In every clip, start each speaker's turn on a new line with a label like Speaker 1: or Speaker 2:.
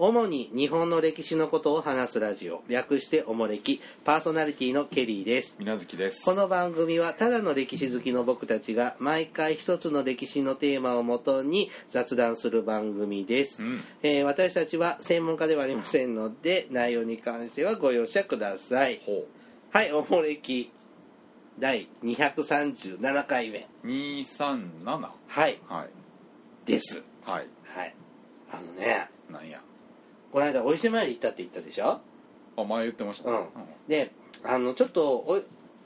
Speaker 1: 主に日本の歴史のことを話すラジオ略しておもれきパーソナリティのケリーです
Speaker 2: 水無月です
Speaker 1: この番組はただの歴史好きの僕たちが毎回一つの歴史のテーマをもとに雑談する番組です、
Speaker 2: うん
Speaker 1: えー私たちは専門家ではありませんので内容に関してはご容赦ください
Speaker 2: ほ
Speaker 1: はいおもれき第237回目
Speaker 2: う237は
Speaker 1: はい
Speaker 2: い
Speaker 1: です
Speaker 2: はい
Speaker 1: はいあのね
Speaker 2: なんや
Speaker 1: この間お伊勢参り行ったって言ったでしょ
Speaker 2: あ前言ってましたね
Speaker 1: うんであのちょっとお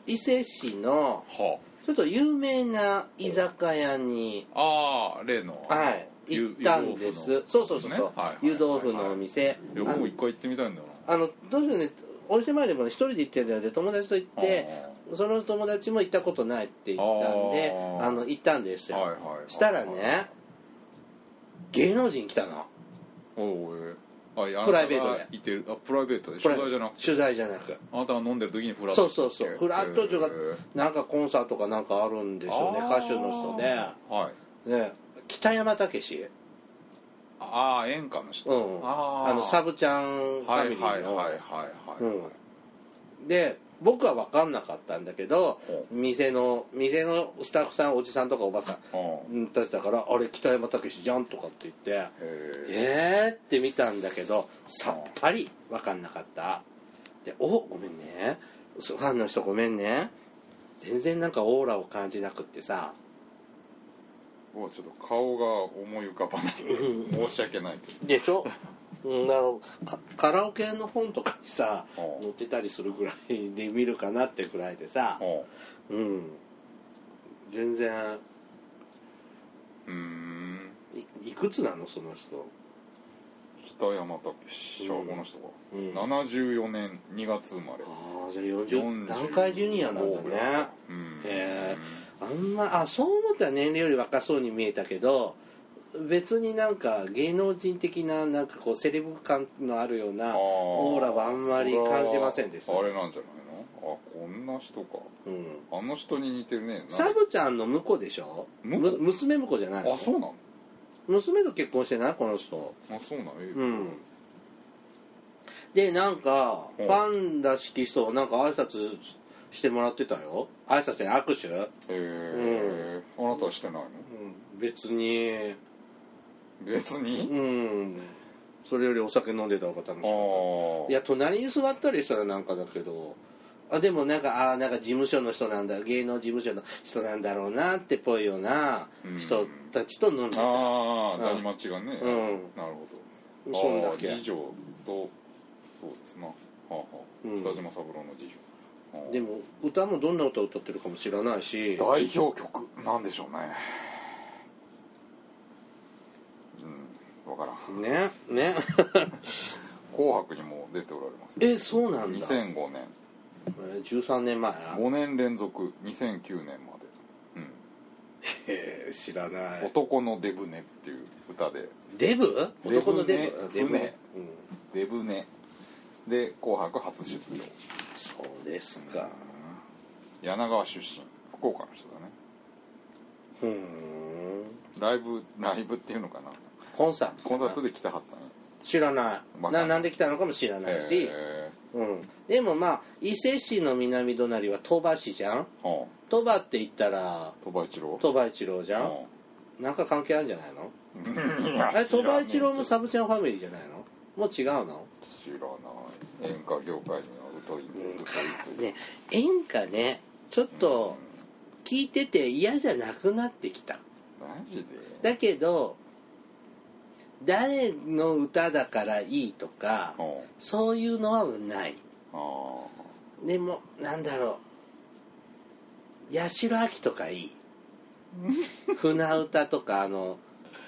Speaker 1: 伊勢市の
Speaker 2: は
Speaker 1: ちょっと有名な居酒屋に、
Speaker 2: あああ例の
Speaker 1: はい、
Speaker 2: ゆ
Speaker 1: 行ったんです
Speaker 2: 湯豆腐の
Speaker 1: そうそうそう
Speaker 2: ですね
Speaker 1: そう、
Speaker 2: はいはい
Speaker 1: 湯豆腐のお店、
Speaker 2: 旅行一回行ってみたいんだよ
Speaker 1: あのどうしてねお店前でもね一人で行ってるんじゃなくて友達と行っ
Speaker 2: な
Speaker 1: てその友達も行ったことないって言ったんで
Speaker 2: あー
Speaker 1: あの行ったんです
Speaker 2: あー
Speaker 1: よ、
Speaker 2: はいはいはい
Speaker 1: したらね芸能人来たの
Speaker 2: おおあいや
Speaker 1: プライベートで
Speaker 2: あなたがいてるあプライベートで
Speaker 1: プラ
Speaker 2: 取材じゃなくて
Speaker 1: 取材じゃなく
Speaker 2: あなたが飲んでる時にフラッ
Speaker 1: そ
Speaker 2: ト
Speaker 1: うそうそうフラットというかなんかコンサートかなんかあるんでしょうね歌手の人ね
Speaker 2: はい
Speaker 1: ね北山たけし
Speaker 2: ああ演歌の人
Speaker 1: うん
Speaker 2: あー
Speaker 1: あのサブちゃんフ
Speaker 2: は
Speaker 1: ァ
Speaker 2: い
Speaker 1: ミリ
Speaker 2: はいは
Speaker 1: ー
Speaker 2: い
Speaker 1: の、
Speaker 2: はいはいはい
Speaker 1: うん、で僕は分かんなかったんだけど
Speaker 2: ほ
Speaker 1: 店の店のスタッフさんおじさんとかおばさ
Speaker 2: うん
Speaker 1: んたちだから「あれ北山たけしじゃん」とかって言って「
Speaker 2: へえ
Speaker 1: えー?」って見たんだけどさっぱり分かんなかったで「おごめんねそファンの人ごめんね全然なんかオーラを感じなくってさ
Speaker 2: おちょっと顔が思い浮かばない申し訳ないけど
Speaker 1: でし ょうんだからかカラオケの本とかにさ
Speaker 2: お
Speaker 1: 載ってたりするぐらいで見るかなってぐらいでさ
Speaker 2: お
Speaker 1: うん全然
Speaker 2: うーん
Speaker 1: いいくつなのその人
Speaker 2: 北山武史小5の人が、
Speaker 1: うん
Speaker 2: 74年2月生まれ
Speaker 1: ああじゃあ40
Speaker 2: 40
Speaker 1: 段階ジュニアなんだね
Speaker 2: うん
Speaker 1: へえあんまあそう思ったら年齢より若そうに見えたけど別になんか芸能人的ななんかこうセレブ感のあるよう
Speaker 2: あ
Speaker 1: な
Speaker 2: ー
Speaker 1: オーラはあんまり感じませんでした
Speaker 2: それはあれなんじゃないのあこんな人か
Speaker 1: うん
Speaker 2: あの人に似てるねな
Speaker 1: サブちゃんの婿でしょむ
Speaker 2: 婿
Speaker 1: 娘婿じゃないの
Speaker 2: あそうなの
Speaker 1: 娘と結婚してないこの人
Speaker 2: あそうなのえ
Speaker 1: うんでなんかフ
Speaker 2: うん
Speaker 1: ァンらしき人をなんか挨拶ししてもらってたよ挨拶で握手、
Speaker 2: へえ、あなたはしてないの
Speaker 1: 別に
Speaker 2: 別に、
Speaker 1: うんそれよりお酒飲んでた方が楽しか
Speaker 2: あ
Speaker 1: っ
Speaker 2: あ
Speaker 1: たいや隣に座ったりしたらなんかだけどあでもなんかあーなんか事務所の人なんだ芸能事務所の人なんだろうなってぽいような人たちと飲んでた、
Speaker 2: ああ
Speaker 1: うん
Speaker 2: ダニマチがね、
Speaker 1: うん
Speaker 2: なるほど
Speaker 1: そんだ
Speaker 2: あ
Speaker 1: け
Speaker 2: ー次女とそうですなはあはあ、
Speaker 1: うん
Speaker 2: 北島三郎の次女はあ
Speaker 1: でも歌もどんな歌を歌ってるかも知らないし
Speaker 2: 代表曲なんでしょうねうん分からん
Speaker 1: ねね
Speaker 2: 「紅白」にも出ておられます
Speaker 1: えそうなんだ、え
Speaker 2: 2005年
Speaker 1: ー13年前
Speaker 2: 5年連続2009年まで
Speaker 1: えー知らな
Speaker 2: 「男のデブネ」っていう歌で
Speaker 1: デブ
Speaker 2: デブね
Speaker 1: 男のデブデブ
Speaker 2: 船
Speaker 1: うん
Speaker 2: 「デブネ」で「紅白」初出場
Speaker 1: そうですか
Speaker 2: 柳川出身福岡の人だね
Speaker 1: ふーん
Speaker 2: ライブライブっていうのかな
Speaker 1: コンサート
Speaker 2: コンサートで来たはったね
Speaker 1: 知らない
Speaker 2: わかんな
Speaker 1: ないなんで来たのかも知らないし、
Speaker 2: へ
Speaker 1: うん、でもまあ伊勢市の南隣は鳥羽市じゃん
Speaker 2: ーは
Speaker 1: 鳥羽って言ったら
Speaker 2: あ鳥羽一郎
Speaker 1: 鳥羽一郎じゃん、
Speaker 2: は
Speaker 1: なんか関係あるんじゃないのあ
Speaker 2: あいや
Speaker 1: れ鳥羽一郎も
Speaker 2: 知らねえ
Speaker 1: サブちゃんファミリーじゃないのもう違うの
Speaker 2: 知らない演歌業界には疎いんで疎いという
Speaker 1: ね演歌ねちょっと聞いてて嫌じゃなくなってきた
Speaker 2: マジで
Speaker 1: だけど誰の歌だからいいとか
Speaker 2: うん
Speaker 1: そういうのはない
Speaker 2: ああ
Speaker 1: でもなんだろう八代亜紀とかい い船歌とかあの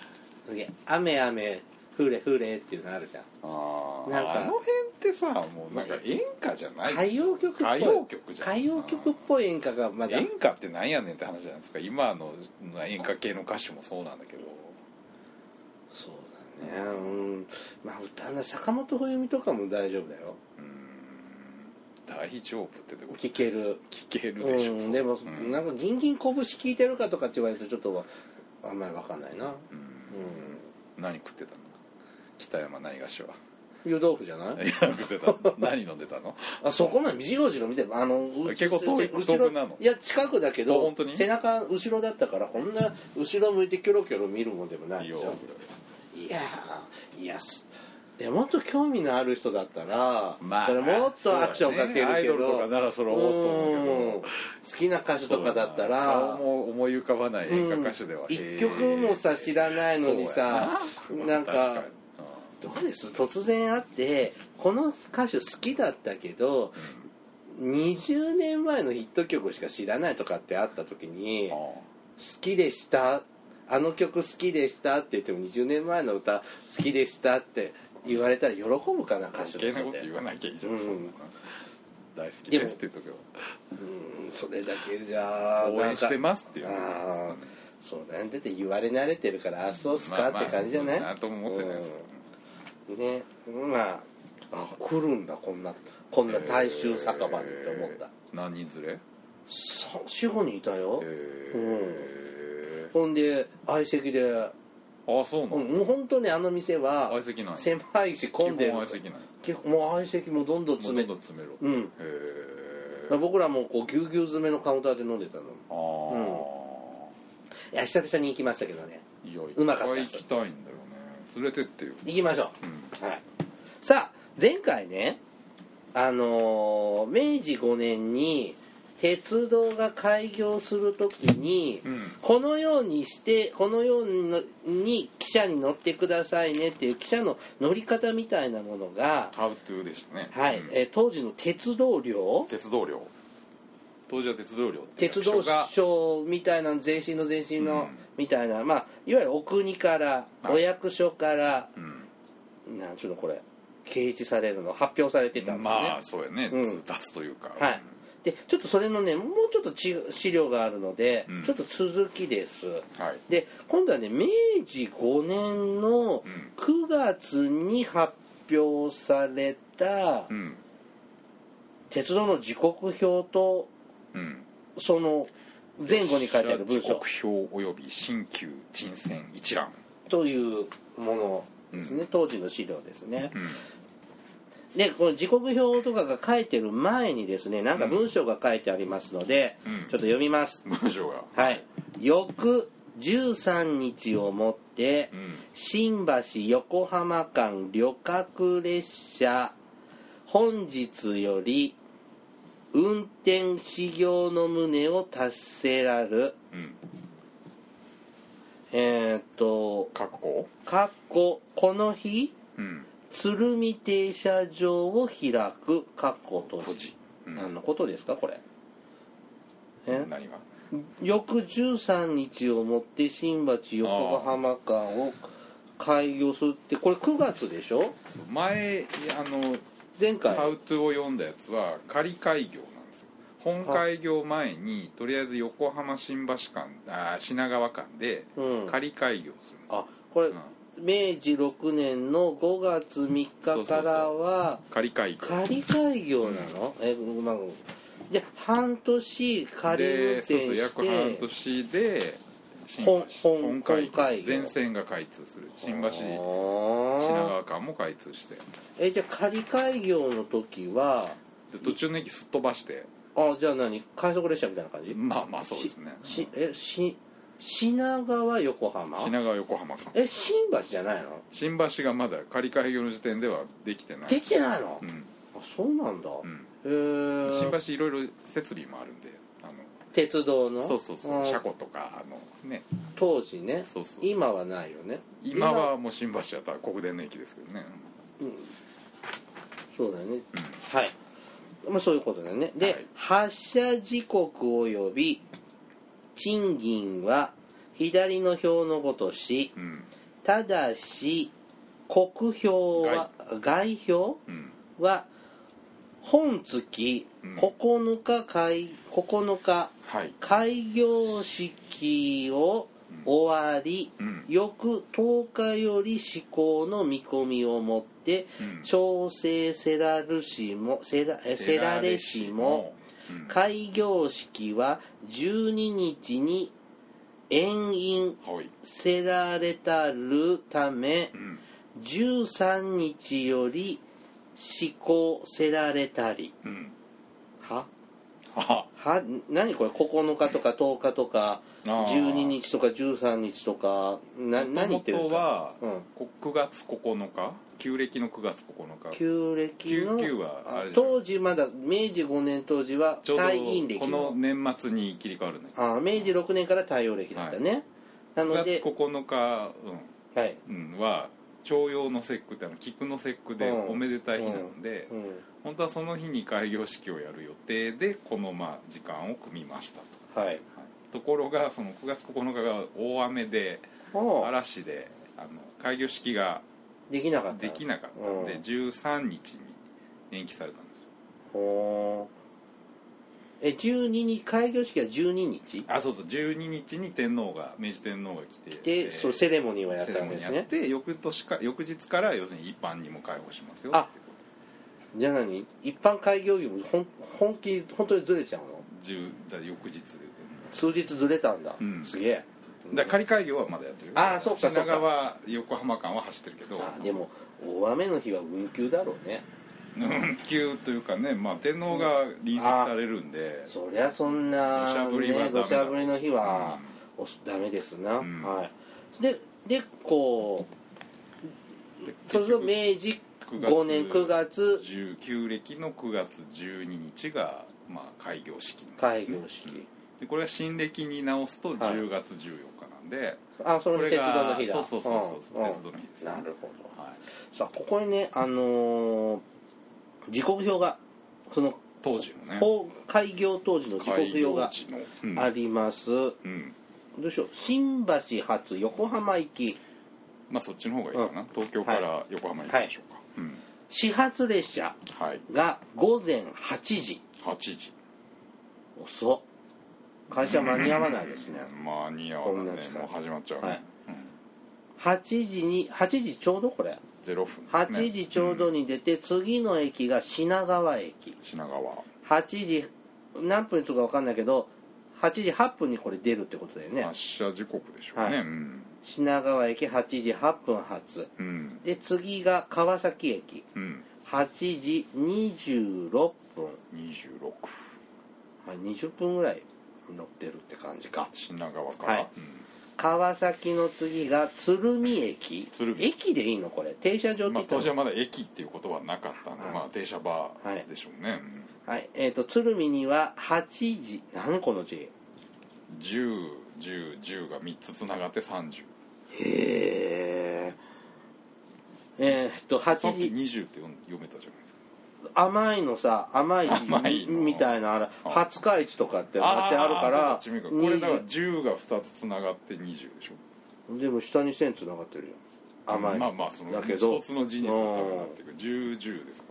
Speaker 1: 「すげえ雨雨ふれふれ」っていうのあるじゃん
Speaker 2: ああ
Speaker 1: なんか
Speaker 2: あの辺ってさもうなんか演歌じゃない
Speaker 1: 歌謡曲っぽい
Speaker 2: 歌謡曲じゃん
Speaker 1: 歌謡曲っぽい演歌がまだ
Speaker 2: 演歌ってなんやねんって話じゃないですか今の演歌系の歌手もそうなんだけど
Speaker 1: そうだねうんまあ歌な坂本冬美とかも大丈夫だよ
Speaker 2: うーん大丈夫ってでも
Speaker 1: 聴ける
Speaker 2: 聞けるでしょ、
Speaker 1: うんでも、
Speaker 2: うん
Speaker 1: なんかギンギン拳聞いてるかとかって言われるとちょっとあんまりわかんないな
Speaker 2: うん
Speaker 1: うん
Speaker 2: 何食ってたの北山ないがしは
Speaker 1: 湯豆腐じゃない
Speaker 2: いや飲んでた 何飲んでたの
Speaker 1: あそこまでじろじろ見てあのう
Speaker 2: 結構遠い
Speaker 1: 後ろ
Speaker 2: 遠くなの
Speaker 1: いや近くだけ
Speaker 2: あ
Speaker 1: ど
Speaker 2: 本当に
Speaker 1: 背中後ろだったからこんな後ろ向いてキョロキョロ見るもんでもない
Speaker 2: いい
Speaker 1: じ
Speaker 2: よ
Speaker 1: ゃんいやいやすいやもっと興味のある人だったら、
Speaker 2: まあ
Speaker 1: それもっとアクションかけるけど、
Speaker 2: そうだねアイドルとかならそれはもっと思
Speaker 1: うん
Speaker 2: う
Speaker 1: 好
Speaker 2: けど
Speaker 1: きな歌手とかだったら
Speaker 2: 顔も思い浮かばない演歌歌手では、
Speaker 1: うん一曲もさ知らないのにさ
Speaker 2: そうや
Speaker 1: なんか
Speaker 2: 確に
Speaker 1: どうです突然会ってこの歌手好きだったけど20年前のヒット曲しか知らないとかってあった時に「
Speaker 2: うん
Speaker 1: 好
Speaker 2: うん
Speaker 1: きでした」「あの曲好きでした」って言っても20年前の歌好きでしたって言われたら喜ぶかな歌手
Speaker 2: 余計
Speaker 1: の
Speaker 2: な
Speaker 1: 人
Speaker 2: こ
Speaker 1: っ
Speaker 2: と
Speaker 1: て
Speaker 2: 言わなきゃいいじゃん、
Speaker 1: うん
Speaker 2: そんな大好きですっていう時は
Speaker 1: うんそれだけじゃ
Speaker 2: 応援して
Speaker 1: す
Speaker 2: ますっていう
Speaker 1: ああそうだねだって言われ慣れてるからあそうっすかって感じじゃない、
Speaker 2: まあまあ、そうだなとも思ってないですよ、
Speaker 1: ねまああ来るんだこんなこんな大衆酒場にって思った、
Speaker 2: えー何人連れ
Speaker 1: 三四45人いたよ、
Speaker 2: え
Speaker 1: ほんで相席で、
Speaker 2: ー、あそうな
Speaker 1: う
Speaker 2: の
Speaker 1: ん、もう本当にあの店は
Speaker 2: 相席ない
Speaker 1: 狭いし
Speaker 2: 基
Speaker 1: 混ん
Speaker 2: 本
Speaker 1: でる
Speaker 2: 相席ない
Speaker 1: 基本もう相席もどんどん
Speaker 2: もう
Speaker 1: 詰め
Speaker 2: どんどん詰めろ、
Speaker 1: う
Speaker 2: へ
Speaker 1: ん
Speaker 2: え
Speaker 1: まあ僕らもこうぎゅうぎゅう詰めのカウンターで飲んでたの
Speaker 2: ああ、
Speaker 1: いや久々に行きましたけどね
Speaker 2: いや
Speaker 1: うまかった
Speaker 2: 一回行きたいんだよね連れてってよ、
Speaker 1: 行きましょ
Speaker 2: うん、
Speaker 1: う、はい、さあ前回ねあのー明治5年に鉄道が開業するときに、
Speaker 2: うん
Speaker 1: このようにしてこのように汽車に乗ってくださいねっていう汽車の乗り方みたいなものが、
Speaker 2: ハウトゥーでしたね
Speaker 1: はい
Speaker 2: うん
Speaker 1: えー当時の鉄道料
Speaker 2: 鉄道寮当時は鉄道寮っていう
Speaker 1: 鉄
Speaker 2: 役
Speaker 1: 道
Speaker 2: 所が
Speaker 1: 省みたいな全身の全身の、
Speaker 2: うん
Speaker 1: みたいな、まあ、いわゆるお国から
Speaker 2: はい
Speaker 1: お役所から
Speaker 2: うん
Speaker 1: なんちゅうのこれ掲示されるの発表されてたんですね、
Speaker 2: まあそうやね
Speaker 1: うん
Speaker 2: 通達というか、
Speaker 1: はいでちょっとそれのねもうちょっとち資料があるので、
Speaker 2: うん
Speaker 1: ちょっと続きです
Speaker 2: うんはい
Speaker 1: で今度はね明治5年の
Speaker 2: うん
Speaker 1: 9月に発表された
Speaker 2: うん
Speaker 1: 鉄道の時刻表と
Speaker 2: うん
Speaker 1: その前後に書いてある文章
Speaker 2: 時刻表および新旧人選一覧
Speaker 1: というものですね、当時の資料ですね
Speaker 2: う、ん
Speaker 1: でこの時刻表とかが書いてる前にですねなんか文章が書いてありますので、
Speaker 2: うん
Speaker 1: ちょっと読みます、
Speaker 2: 文章が
Speaker 1: はい翌13日をもって、
Speaker 2: うん
Speaker 1: 新橋横浜間旅客列車本日より運転始業の旨を達せらる
Speaker 2: うん
Speaker 1: えーっと
Speaker 2: 括弧
Speaker 1: かっここの日
Speaker 2: うん
Speaker 1: 鶴見停車場を開くかっこ閉
Speaker 2: 閉
Speaker 1: じ
Speaker 2: じ、うん
Speaker 1: 何のことですかこれえ
Speaker 2: 何が
Speaker 1: 翌13日をもって新橋横浜間を開業するってこれ9月でしょ
Speaker 2: 前あの
Speaker 1: 前回
Speaker 2: ハウトゥーを読んだやつは仮開業なんですよ本開業前にとりあえず横浜新橋間あー品川間で
Speaker 1: うん
Speaker 2: 仮開業するんですよ
Speaker 1: あこれ、
Speaker 2: うん
Speaker 1: 明治6年の5月3日からは
Speaker 2: 仮開業
Speaker 1: 仮開業なの、えうまくじゃあ半年仮運
Speaker 2: で
Speaker 1: 転して
Speaker 2: そうそう約半年で新
Speaker 1: 本本
Speaker 2: 本開
Speaker 1: 本開業
Speaker 2: 全線が開通する新橋品
Speaker 1: あー
Speaker 2: 川間も開通して
Speaker 1: えじゃあ仮開業の時は
Speaker 2: で途中の駅すっ飛ばして
Speaker 1: あじゃあ何快速列車みたいな感じ、
Speaker 2: まあまあそうですね
Speaker 1: しえし品川横浜
Speaker 2: 品川横浜間
Speaker 1: え新橋じゃないの
Speaker 2: 新橋がまだ仮開業の時点ではできてない
Speaker 1: できてないの、
Speaker 2: う
Speaker 1: あ
Speaker 2: ん
Speaker 1: そうなんだ、
Speaker 2: うん
Speaker 1: へー
Speaker 2: 新橋いろいろ設備もあるんであ
Speaker 1: 鉄道の
Speaker 2: のそうそうそ
Speaker 1: ん
Speaker 2: う車庫とかあのね
Speaker 1: 当時ね
Speaker 2: そうそうそう
Speaker 1: 今はないよね
Speaker 2: 今はもう新橋やったら国電の駅ですけどね
Speaker 1: そうだよね、はい、まあ、そういうことだよねで、
Speaker 2: はい
Speaker 1: 発車時刻および賃金は左の表のごとし
Speaker 2: うん
Speaker 1: ただし国票は外票
Speaker 2: うん
Speaker 1: は本月
Speaker 2: うん
Speaker 1: 9日開、9日
Speaker 2: はい
Speaker 1: 開業式を終わり、
Speaker 2: うん
Speaker 1: 翌10日より施行の見込みをもって、
Speaker 2: うん
Speaker 1: 調整せらるしもせらえせられしも
Speaker 2: うん
Speaker 1: 開業式は12日に延飲
Speaker 2: はい
Speaker 1: せられたるため
Speaker 2: うん
Speaker 1: 13日より施行せられたり
Speaker 2: うん
Speaker 1: は
Speaker 2: は
Speaker 1: は何これ9日とか10日とか
Speaker 2: あー
Speaker 1: 12日とか13日とかな何言ってるんです
Speaker 2: 元々
Speaker 1: か
Speaker 2: は
Speaker 1: うん
Speaker 2: こ9月9日旧暦の9月9日
Speaker 1: 旧暦の
Speaker 2: 旧旧はあれでしょ
Speaker 1: 当時まだ明治5年当時は
Speaker 2: ちょうど
Speaker 1: 退院歴
Speaker 2: こ
Speaker 1: の
Speaker 2: の年末に切り替わるね
Speaker 1: ああ明治6年から太陽暦だったね、な
Speaker 2: 9
Speaker 1: の
Speaker 2: 月
Speaker 1: で、
Speaker 2: 9日、
Speaker 1: はい
Speaker 2: うんうん、は重陽の節句ってあの菊の節句で
Speaker 1: うん
Speaker 2: おめでたい日なので、
Speaker 1: うん、
Speaker 2: 本当はその日に開業式をやる予定でこのまあ時間を組みましたと、
Speaker 1: はい
Speaker 2: はいところがその9月9日が大雨で
Speaker 1: おう
Speaker 2: 嵐であの開業式が
Speaker 1: できなかった
Speaker 2: できなかったんで
Speaker 1: うん
Speaker 2: 13日に延期されたんですよ
Speaker 1: おえ12日開業式は12日
Speaker 2: あそうそう12日に天皇が明治天皇が来て
Speaker 1: で、そのセレモニーをやっ
Speaker 2: セ
Speaker 1: た
Speaker 2: レ
Speaker 1: ん
Speaker 2: モニ
Speaker 1: です
Speaker 2: ーやっ
Speaker 1: ね
Speaker 2: て翌年か翌日から要するに一般にも開放しますよ
Speaker 1: あじゃあ何一般開業日もほん本気本当にずれちゃうの
Speaker 2: 10だから翌日
Speaker 1: 数日ずれたんだ、
Speaker 2: うん
Speaker 1: すげえ
Speaker 2: だから仮開業はまだやってる
Speaker 1: あーそうかそうか
Speaker 2: 品川横浜間は走ってるけど
Speaker 1: あでも大雨の日は運休だろうね
Speaker 2: 運休というかね、まあ、天皇が臨席されるんで、
Speaker 1: そりゃそんな
Speaker 2: 土砂降りはダ
Speaker 1: ね
Speaker 2: メだ
Speaker 1: 土砂降りの日は、おすダメですな、
Speaker 2: うん
Speaker 1: はいででこ
Speaker 2: で
Speaker 1: うそうすると明治
Speaker 2: 9月
Speaker 1: 5年9月
Speaker 2: 10旧暦の9月12日が、まあ、開業式なん
Speaker 1: 開
Speaker 2: ですね
Speaker 1: 業式
Speaker 2: でこれは新暦に直すと10月14日なんで、
Speaker 1: あその
Speaker 2: こ
Speaker 1: 日
Speaker 2: れ
Speaker 1: 鉄道の
Speaker 2: が
Speaker 1: 日だ
Speaker 2: そうそうそうそう、
Speaker 1: んん
Speaker 2: 鉄道の日ですね
Speaker 1: なるほど
Speaker 2: はい、
Speaker 1: さあここにねあのー時刻表がその
Speaker 2: 当時のね
Speaker 1: 法開業当時の時刻表が
Speaker 2: 開業時の
Speaker 1: あります、
Speaker 2: うん、うん
Speaker 1: どうしよう新橋発横浜行き
Speaker 2: まあそっちの方がいいかな、東京から横浜行きましょうか、
Speaker 1: 始発列車
Speaker 2: うんはい
Speaker 1: が午前8時
Speaker 2: 8時
Speaker 1: 遅っ会社間に合わないですね
Speaker 2: 間に合わな
Speaker 1: こんない
Speaker 2: ね
Speaker 1: 時間
Speaker 2: もう始まっちゃうね、
Speaker 1: はい
Speaker 2: うん
Speaker 1: 8時に8時ちょうどこれ
Speaker 2: 0分ですね
Speaker 1: 8時ちょうどに出て、次の駅が品川駅
Speaker 2: 品川
Speaker 1: 8時何分に着くか分かんないけど8時8分にこれ出るってことだよね
Speaker 2: 発車時刻でしょうね、
Speaker 1: はい
Speaker 2: うん
Speaker 1: 品川駅8時8分発
Speaker 2: うん
Speaker 1: で次が川崎駅
Speaker 2: うん
Speaker 1: 8時26分
Speaker 2: 26
Speaker 1: あ20分ぐらい乗ってるって感じか
Speaker 2: 品川から、
Speaker 1: はい
Speaker 2: うん
Speaker 1: 川崎の次が鶴見駅
Speaker 2: 鶴見
Speaker 1: 駅でいいのこれ停車場って
Speaker 2: ま
Speaker 1: 言
Speaker 2: あ、
Speaker 1: った
Speaker 2: 当
Speaker 1: の
Speaker 2: 時はまだ駅っていうことはなかったんで、
Speaker 1: はい
Speaker 2: まあ、停車場
Speaker 1: はい
Speaker 2: でしょうね、
Speaker 1: はいえー、と鶴見には8時何この字
Speaker 2: 101010が3つつながって30
Speaker 1: へーえー、っと
Speaker 2: さっき
Speaker 1: 8時
Speaker 2: 20って読ん読めたじゃないですか
Speaker 1: 甘いのさ甘い
Speaker 2: 甘いの
Speaker 1: みたいなあれ
Speaker 2: あ
Speaker 1: 廿日市とかって街あるか
Speaker 2: あ
Speaker 1: ら
Speaker 2: ーそうか地味かこれだから
Speaker 1: 20
Speaker 2: 10が2つつながって20でしょ
Speaker 1: でも下に線つながってるよ甘い
Speaker 2: まあまあその
Speaker 1: だけど
Speaker 2: 一つの字にするためになってくる1010ですか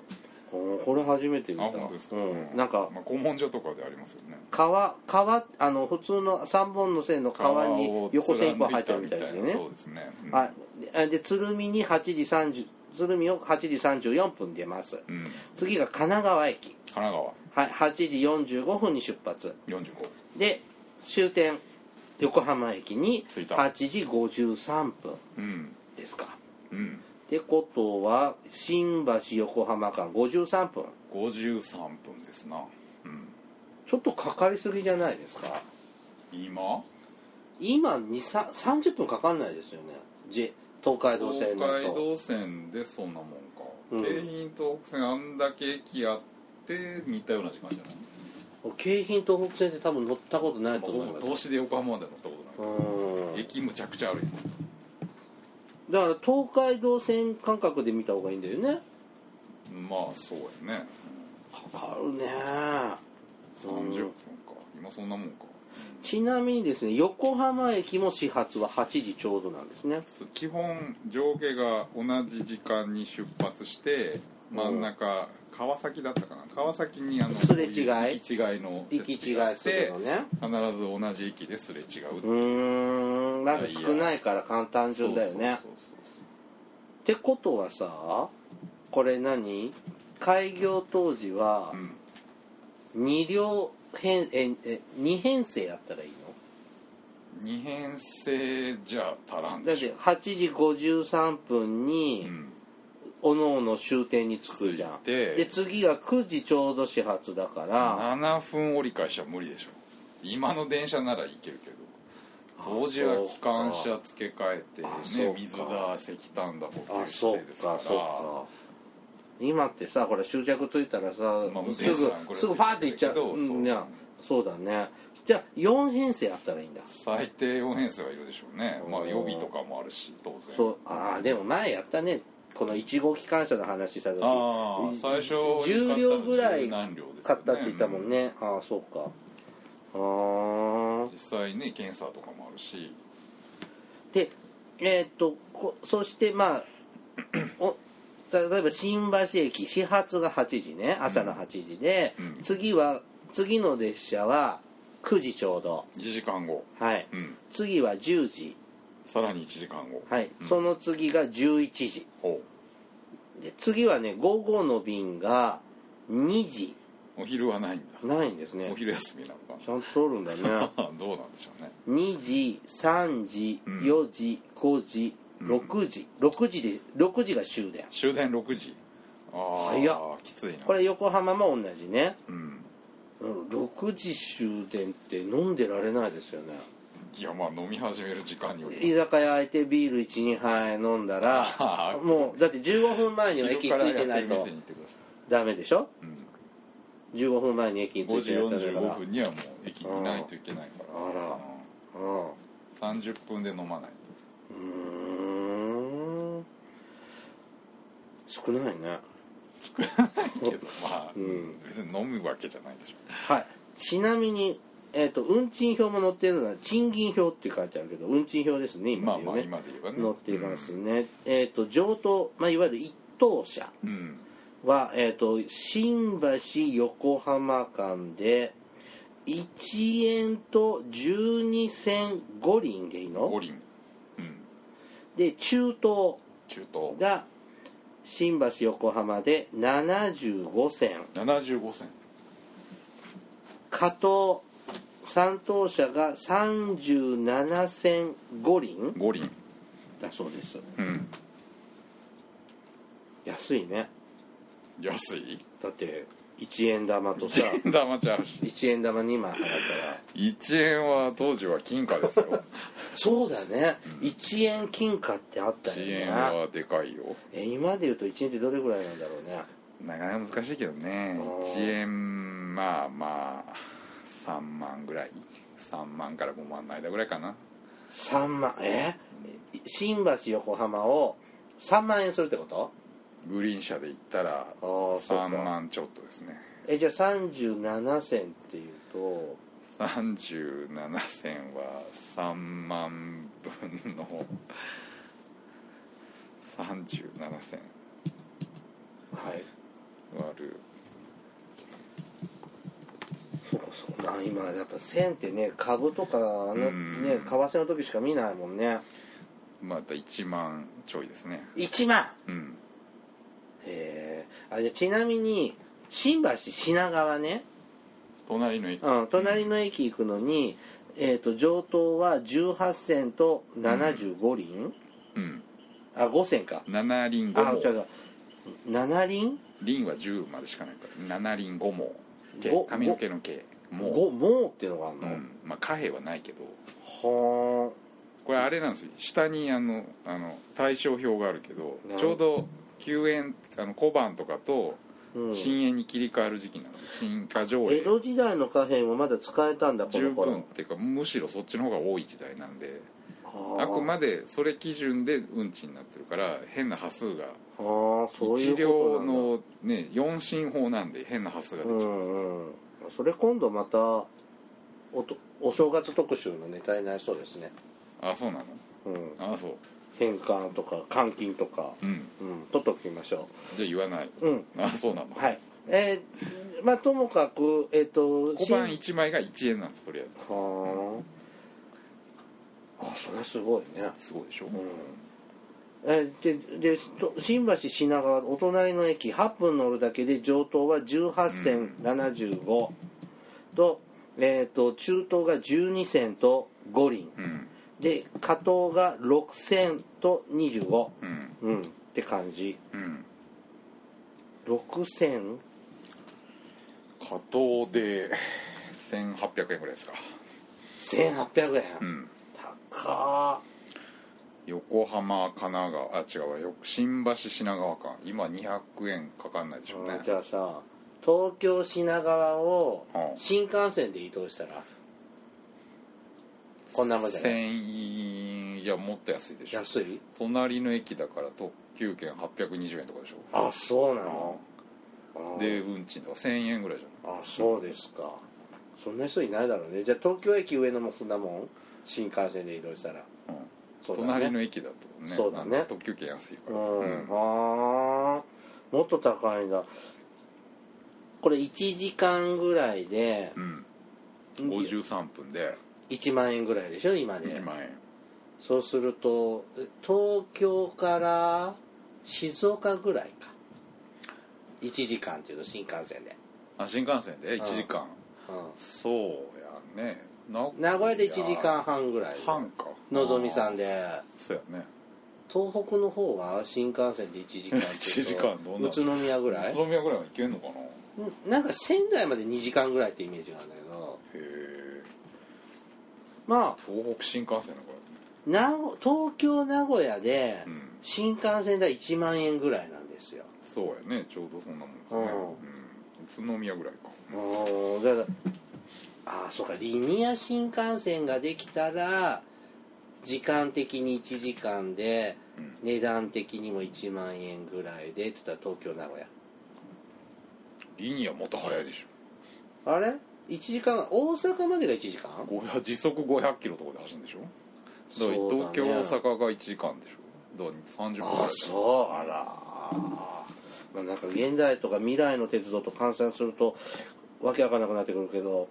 Speaker 1: うんこれ初めて見
Speaker 2: ら
Speaker 1: た
Speaker 2: あ本当ですか、
Speaker 1: うん、なんか
Speaker 2: まあ、古文書とかでありますよね
Speaker 1: 川川あの普通の3本の線の川に横線1本入ってるみたいですよね
Speaker 2: そうですね、うん
Speaker 1: はいでで鶴見に8時30鶴見を8時34分出ます
Speaker 2: うん、
Speaker 1: 次が神奈川駅、
Speaker 2: 神奈
Speaker 1: はい、8時45分に出発
Speaker 2: 川45
Speaker 1: で終点横浜駅に
Speaker 2: 着いた
Speaker 1: 8時53分
Speaker 2: うん
Speaker 1: ですか
Speaker 2: うん
Speaker 1: ってことは新橋横浜間53分
Speaker 2: 53分ですな、うん、
Speaker 1: ちょっとかかりすぎじゃないですか
Speaker 2: 今
Speaker 1: 今にさ30分かかんないですよね、J、東海道
Speaker 2: 東
Speaker 1: 線だ
Speaker 2: 海
Speaker 1: と
Speaker 2: 道線でそんなもんか、
Speaker 1: うん
Speaker 2: 京浜東北線あんだけ駅あって似たような時間じゃない
Speaker 1: 京浜東北線って多分乗ったことないと思い
Speaker 2: 僕
Speaker 1: ます
Speaker 2: 投資で横浜まで乗ったこと
Speaker 1: う
Speaker 2: な
Speaker 1: ん
Speaker 2: い駅むちゃくちゃあるよ
Speaker 1: だから東海道線感覚で見た方がいいんだよね
Speaker 2: まあそうやね
Speaker 1: かかるね
Speaker 2: 30分か今そんなもんか
Speaker 1: ちなみにですね横浜駅も始発は8時ちょうどなんですね
Speaker 2: そう基本上下が同じ時間に出発して真ん中川崎だったかな川崎にあの
Speaker 1: すれ違い
Speaker 2: 行き違いの
Speaker 1: 行き違いするのね
Speaker 2: 必ず同じ駅ですれ違う
Speaker 1: うーんなんか少ないから簡単順だよね
Speaker 2: そうそうそう
Speaker 1: ってことはさこれ何開業当時は
Speaker 2: そううん
Speaker 1: 2両編ええ2編成やったらいいの
Speaker 2: 二編成じゃ足らん
Speaker 1: だ
Speaker 2: で
Speaker 1: っ
Speaker 2: してょ
Speaker 1: 8時53分に
Speaker 2: うん
Speaker 1: おのおの終点に着くじゃん
Speaker 2: 着いて
Speaker 1: で次が9時ちょうど始発だから
Speaker 2: 7分折り返しは無理でしょ今の電車なら行けるけど当時は機関車付け替
Speaker 1: あ
Speaker 2: えて
Speaker 1: そう
Speaker 2: ね
Speaker 1: か
Speaker 2: 水だ石炭だ補
Speaker 1: あ
Speaker 2: 給し
Speaker 1: そう
Speaker 2: て
Speaker 1: か
Speaker 2: です
Speaker 1: そう
Speaker 2: か
Speaker 1: か今ってさこれ終着ついたらさ、
Speaker 2: まあ運
Speaker 1: す
Speaker 2: 転手さんこ
Speaker 1: ぐ
Speaker 2: れ
Speaker 1: すぐパーって行っちゃう
Speaker 2: けど
Speaker 1: う
Speaker 2: そうん
Speaker 1: いやそうだねじゃあ4編成あったらいいんだ
Speaker 2: ら最低4編成はいるでしょうねま
Speaker 1: う
Speaker 2: あ
Speaker 1: ん
Speaker 2: 予備とかもあるし当然
Speaker 1: そうああでも前やったねこの1号機関車の話した時
Speaker 2: ああ最初
Speaker 1: 10両ぐらい
Speaker 2: 買ったの十何両ですよね
Speaker 1: 買ったって言ったもんね、ああそうかあー
Speaker 2: 実際ね検査とかもあるし
Speaker 1: でえーっとこそしてまあ お例えば新橋駅始発が8時ね朝の8時で、
Speaker 2: うん
Speaker 1: 次は次の列車は9時ちょうど
Speaker 2: 1時間後
Speaker 1: はい
Speaker 2: うん
Speaker 1: 次は10時
Speaker 2: さらに1時間後
Speaker 1: はい、
Speaker 2: うん
Speaker 1: その次が11時
Speaker 2: お
Speaker 1: で次はね午後の便が2時
Speaker 2: お昼はないんだ
Speaker 1: ないんですね
Speaker 2: お昼休みなのか
Speaker 1: ちゃんと取るんだ ね
Speaker 2: な どうなんでしょうね
Speaker 1: 2時3時
Speaker 2: うん
Speaker 1: 4時5時6時6時で6時が終電
Speaker 2: 終電6時ああ
Speaker 1: 早っ
Speaker 2: きついな
Speaker 1: これ横浜も同じね
Speaker 2: うん
Speaker 1: うん6時終電って飲んでられないですよね
Speaker 2: いやまあ飲み始める時間によ
Speaker 1: 居
Speaker 2: り
Speaker 1: 酒屋開いてビール12杯飲んだら
Speaker 2: あ
Speaker 1: もうだって15分前には駅
Speaker 2: 昼
Speaker 1: に着
Speaker 2: から
Speaker 1: いてない
Speaker 2: や
Speaker 1: と
Speaker 2: ってる店に行ってくださ
Speaker 1: ダメでしょ
Speaker 2: い、うん
Speaker 1: 15分前に駅に着
Speaker 2: 5
Speaker 1: い
Speaker 2: 時
Speaker 1: てないとダメだから
Speaker 2: 45分にはもう駅にいないといけないから
Speaker 1: あらうんう
Speaker 2: うん30分で飲まない
Speaker 1: ーん少ないね
Speaker 2: とけどまあ、
Speaker 1: うん
Speaker 2: 別に飲むわけじゃないでしょ
Speaker 1: はい、ちなみに、えー、と運賃表も載ってるのは賃金表って書いてあるけど運賃表ですね
Speaker 2: ま
Speaker 1: 今
Speaker 2: あ
Speaker 1: で言
Speaker 2: ま
Speaker 1: うね、
Speaker 2: あ今で言えばね
Speaker 1: 載っていますね、えっ、と上等、まあ、いわゆる一等車
Speaker 2: うん、うん
Speaker 1: は、えー、と新橋横浜間で1円と12銭5輪でいい
Speaker 2: 五
Speaker 1: の
Speaker 2: 輪うん
Speaker 1: で中等
Speaker 2: 中東
Speaker 1: が新橋横浜で75銭
Speaker 2: 75銭
Speaker 1: 加藤三等車が37戦5輪
Speaker 2: 五輪
Speaker 1: だそうです
Speaker 2: うん
Speaker 1: 安いね
Speaker 2: 安い
Speaker 1: だって1円玉 とさ
Speaker 2: 騙ちゃうし
Speaker 1: 1円玉2枚払ったら
Speaker 2: 1円は当時は金貨 ですよ
Speaker 1: そうだね1円金貨ってあった
Speaker 2: 1円
Speaker 1: よね
Speaker 2: はでかいよ
Speaker 1: え今でいうと1円ってどれぐらいなんだろうね
Speaker 2: なかなか難しいけどね
Speaker 1: あー
Speaker 2: 1円まあまあ3万ぐらい3万から5万の間ぐらいかな
Speaker 1: 3万え新橋横浜を3万円するってこと
Speaker 2: グリーン車で行ったら
Speaker 1: あーそうか
Speaker 2: 3万ちょっとですね
Speaker 1: えじゃあ37銭っていうと
Speaker 2: 37銭は3万分の37銭
Speaker 1: はい
Speaker 2: 割る
Speaker 1: そうかそうかな今やっぱ線ってね株とかあの
Speaker 2: うん
Speaker 1: ね為替の時しか見ないもんね
Speaker 2: また1万ちょいですね
Speaker 1: 1万
Speaker 2: うん
Speaker 1: へえあじゃあちなみに新橋品川ね、
Speaker 2: 隣の駅
Speaker 1: うん、隣の駅行くのに、えー、と上等は18銭と75輪、
Speaker 2: うん
Speaker 1: あ5銭か
Speaker 2: 7輪
Speaker 1: あ違
Speaker 2: 5
Speaker 1: う
Speaker 2: 毛
Speaker 1: 違う7輪
Speaker 2: 輪は10までしかないから7輪5毛毛
Speaker 1: ご
Speaker 2: 髪の毛の毛もう
Speaker 1: ごもうっていうのがある
Speaker 2: う
Speaker 1: の、
Speaker 2: ん、まあ貨幣はないけど
Speaker 1: は
Speaker 2: これあれなんですよ下にあのあの対照表があるけど
Speaker 1: なる
Speaker 2: ちょうど9円あの小判とかと
Speaker 1: あ、うん、江
Speaker 2: 新円に切り替える時期なので新貨上円
Speaker 1: 戸時代の貨幣もまだ使えたんだこ
Speaker 2: 十
Speaker 1: の
Speaker 2: 分っ
Speaker 1: 頃
Speaker 2: ていうかむしろそっちの方が多い時代なんで
Speaker 1: あ
Speaker 2: あくまでそれ基準で運賃になってるから変な端数が
Speaker 1: あーそうい
Speaker 2: 1
Speaker 1: うこと
Speaker 2: 両
Speaker 1: なんだ
Speaker 2: のね4進法なんで変な端数が出
Speaker 1: う
Speaker 2: ちゃうん
Speaker 1: うんそれ今度またおとお正月特集のネタになりそうですね、
Speaker 2: あそうなの
Speaker 1: うん、
Speaker 2: あそう
Speaker 1: 返還とか換金とか、
Speaker 2: うん
Speaker 1: うん、取っときましょ
Speaker 2: じゃあ言わないう
Speaker 1: うん
Speaker 2: あそうなの
Speaker 1: はいえー、まあともかくえっ、と
Speaker 2: 小判1枚が1円なんですとりあえず
Speaker 1: はああそれはすごいね
Speaker 2: すごいでしょ、
Speaker 1: えーででと新橋品川お隣の駅8分乗るだけで上等は18銭75、と,、えー、と中等が12銭と五輪
Speaker 2: うん
Speaker 1: で加藤が6000と25
Speaker 2: うん
Speaker 1: うんって感じ
Speaker 2: うん
Speaker 1: 6000
Speaker 2: 加藤で1800円ぐらいですか
Speaker 1: 1800円、
Speaker 2: うん
Speaker 1: 高
Speaker 2: 横浜神奈川あ違うわよ新橋品川間今200円かかんないでしょうね
Speaker 1: ーじゃあさ東京品川を
Speaker 2: うん
Speaker 1: 新幹線で移動したらこんなもんじゃない
Speaker 2: 1000円いやもっと安いでしょ
Speaker 1: 安い
Speaker 2: 隣の駅だから特急券820円とかでしょ
Speaker 1: あそうなのあー
Speaker 2: で運賃とか1000円ぐらいじゃん
Speaker 1: あそうですかそんな人いないだろうねじゃあ東京駅上野もそんなもん新幹線で移動したら
Speaker 2: うん
Speaker 1: そうだね
Speaker 2: 隣の駅だとね
Speaker 1: そうだね
Speaker 2: なんか特急券安いか
Speaker 1: う
Speaker 2: ら、
Speaker 1: ん、
Speaker 2: うん
Speaker 1: あーもっと高いんだこれ1時間ぐらいで
Speaker 2: うん、53分で
Speaker 1: 1万円ぐらいでしょ今で
Speaker 2: 2万円
Speaker 1: そうするとえ東京から静岡ぐらいか1時間っていうの新幹線で、
Speaker 2: あ新幹線で1時間、
Speaker 1: う
Speaker 2: そうやね名
Speaker 1: ん、名古屋で1時間半ぐらい
Speaker 2: 半か
Speaker 1: のぞみさ
Speaker 2: ん
Speaker 1: んで
Speaker 2: そうやね
Speaker 1: 東北の方は新幹線で1時間っていうと
Speaker 2: 一時間どんな
Speaker 1: 宇都宮ぐらい
Speaker 2: 宇都宮ぐらいはいけんのかなへ
Speaker 1: うんなんか仙台まで2時間ぐらいってイメージがあるんだけど
Speaker 2: え
Speaker 1: まあ
Speaker 2: 東北新幹線だか
Speaker 1: 名古東京名古屋で
Speaker 2: らうん
Speaker 1: 新幹線代1万円ぐらいなんですよ
Speaker 2: そうやねちょうどそんなもんです
Speaker 1: う
Speaker 2: ね、
Speaker 1: ん
Speaker 2: うん、宇都宮ぐらいか、
Speaker 1: うんだからああそうかリニア新幹線ができたら時間的に1時間で
Speaker 2: うん
Speaker 1: 値段的にも1万円ぐらいでって言ったら東京名古屋
Speaker 2: リニアもっと早いでし
Speaker 1: あれ1時間大阪までが1時間
Speaker 2: ょ500時速500キロとかで走るんでしょだから東京大
Speaker 1: そうだね
Speaker 2: 阪が1時間でしょだから30分ぐらいだ
Speaker 1: あ
Speaker 2: よ
Speaker 1: そうあらまあなんか現代とか未来の鉄道と換算するとわけわかんなくなってくるけど、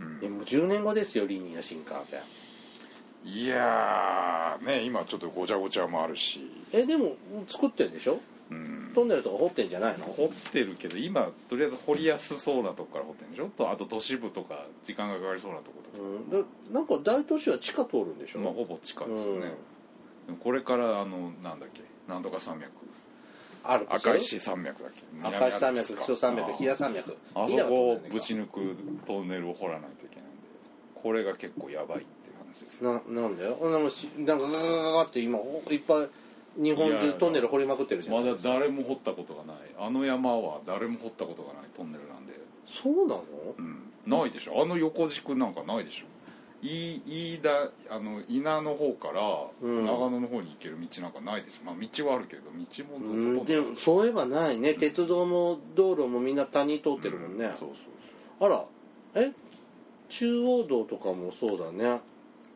Speaker 2: うん
Speaker 1: でも10年後ですよリニア新幹線
Speaker 2: いやーね今ちょっとごちゃごちゃもあるし
Speaker 1: えでも作ってんでしょ
Speaker 2: うん
Speaker 1: トンネルとか掘ってんじゃないの
Speaker 2: 掘ってるけど今とりあえず掘りやすそうなとこから掘ってるんでしょとあと都市部とか時間がかかりそうなとことか
Speaker 1: うんでなんか大都市は地下通るんでしょ、
Speaker 2: まあほぼ地下ですよね、でもこれからあのなんだっけなんとか山脈
Speaker 1: ある
Speaker 2: 赤石山脈だっけ
Speaker 1: 赤石山
Speaker 2: 南ア
Speaker 1: 脈
Speaker 2: ルプスか
Speaker 1: 木曽山脈飛騨山脈
Speaker 2: ああ
Speaker 1: 飛
Speaker 2: そ
Speaker 1: 騨は
Speaker 2: こを
Speaker 1: 通んない
Speaker 2: ぶ
Speaker 1: のか
Speaker 2: ち抜くトンネルを掘らないといけないんでこれが結構やばいっていう話ですよ
Speaker 1: ななんだよあんなもんしなんかガガガガガって今おいっぱい日本
Speaker 2: いや
Speaker 1: 中トンネル掘りまくってるじゃん
Speaker 2: まだ誰も掘ったことがないあの山は誰も掘ったことがないトンネルなんで
Speaker 1: そうなの
Speaker 2: うんないでしょあの横軸なんかないでしょい飯田あの稲の方から
Speaker 1: うん
Speaker 2: 長野の方に行ける道なんかないでしょ、まあ道はあるけど道も
Speaker 1: う
Speaker 2: ほと
Speaker 1: ん
Speaker 2: ん
Speaker 1: で
Speaker 2: ど
Speaker 1: もそういえばないね鉄道も道路もみんな谷通ってるもんね、
Speaker 2: うそうそ
Speaker 1: あ
Speaker 2: う
Speaker 1: らえ中央道とかもそうだね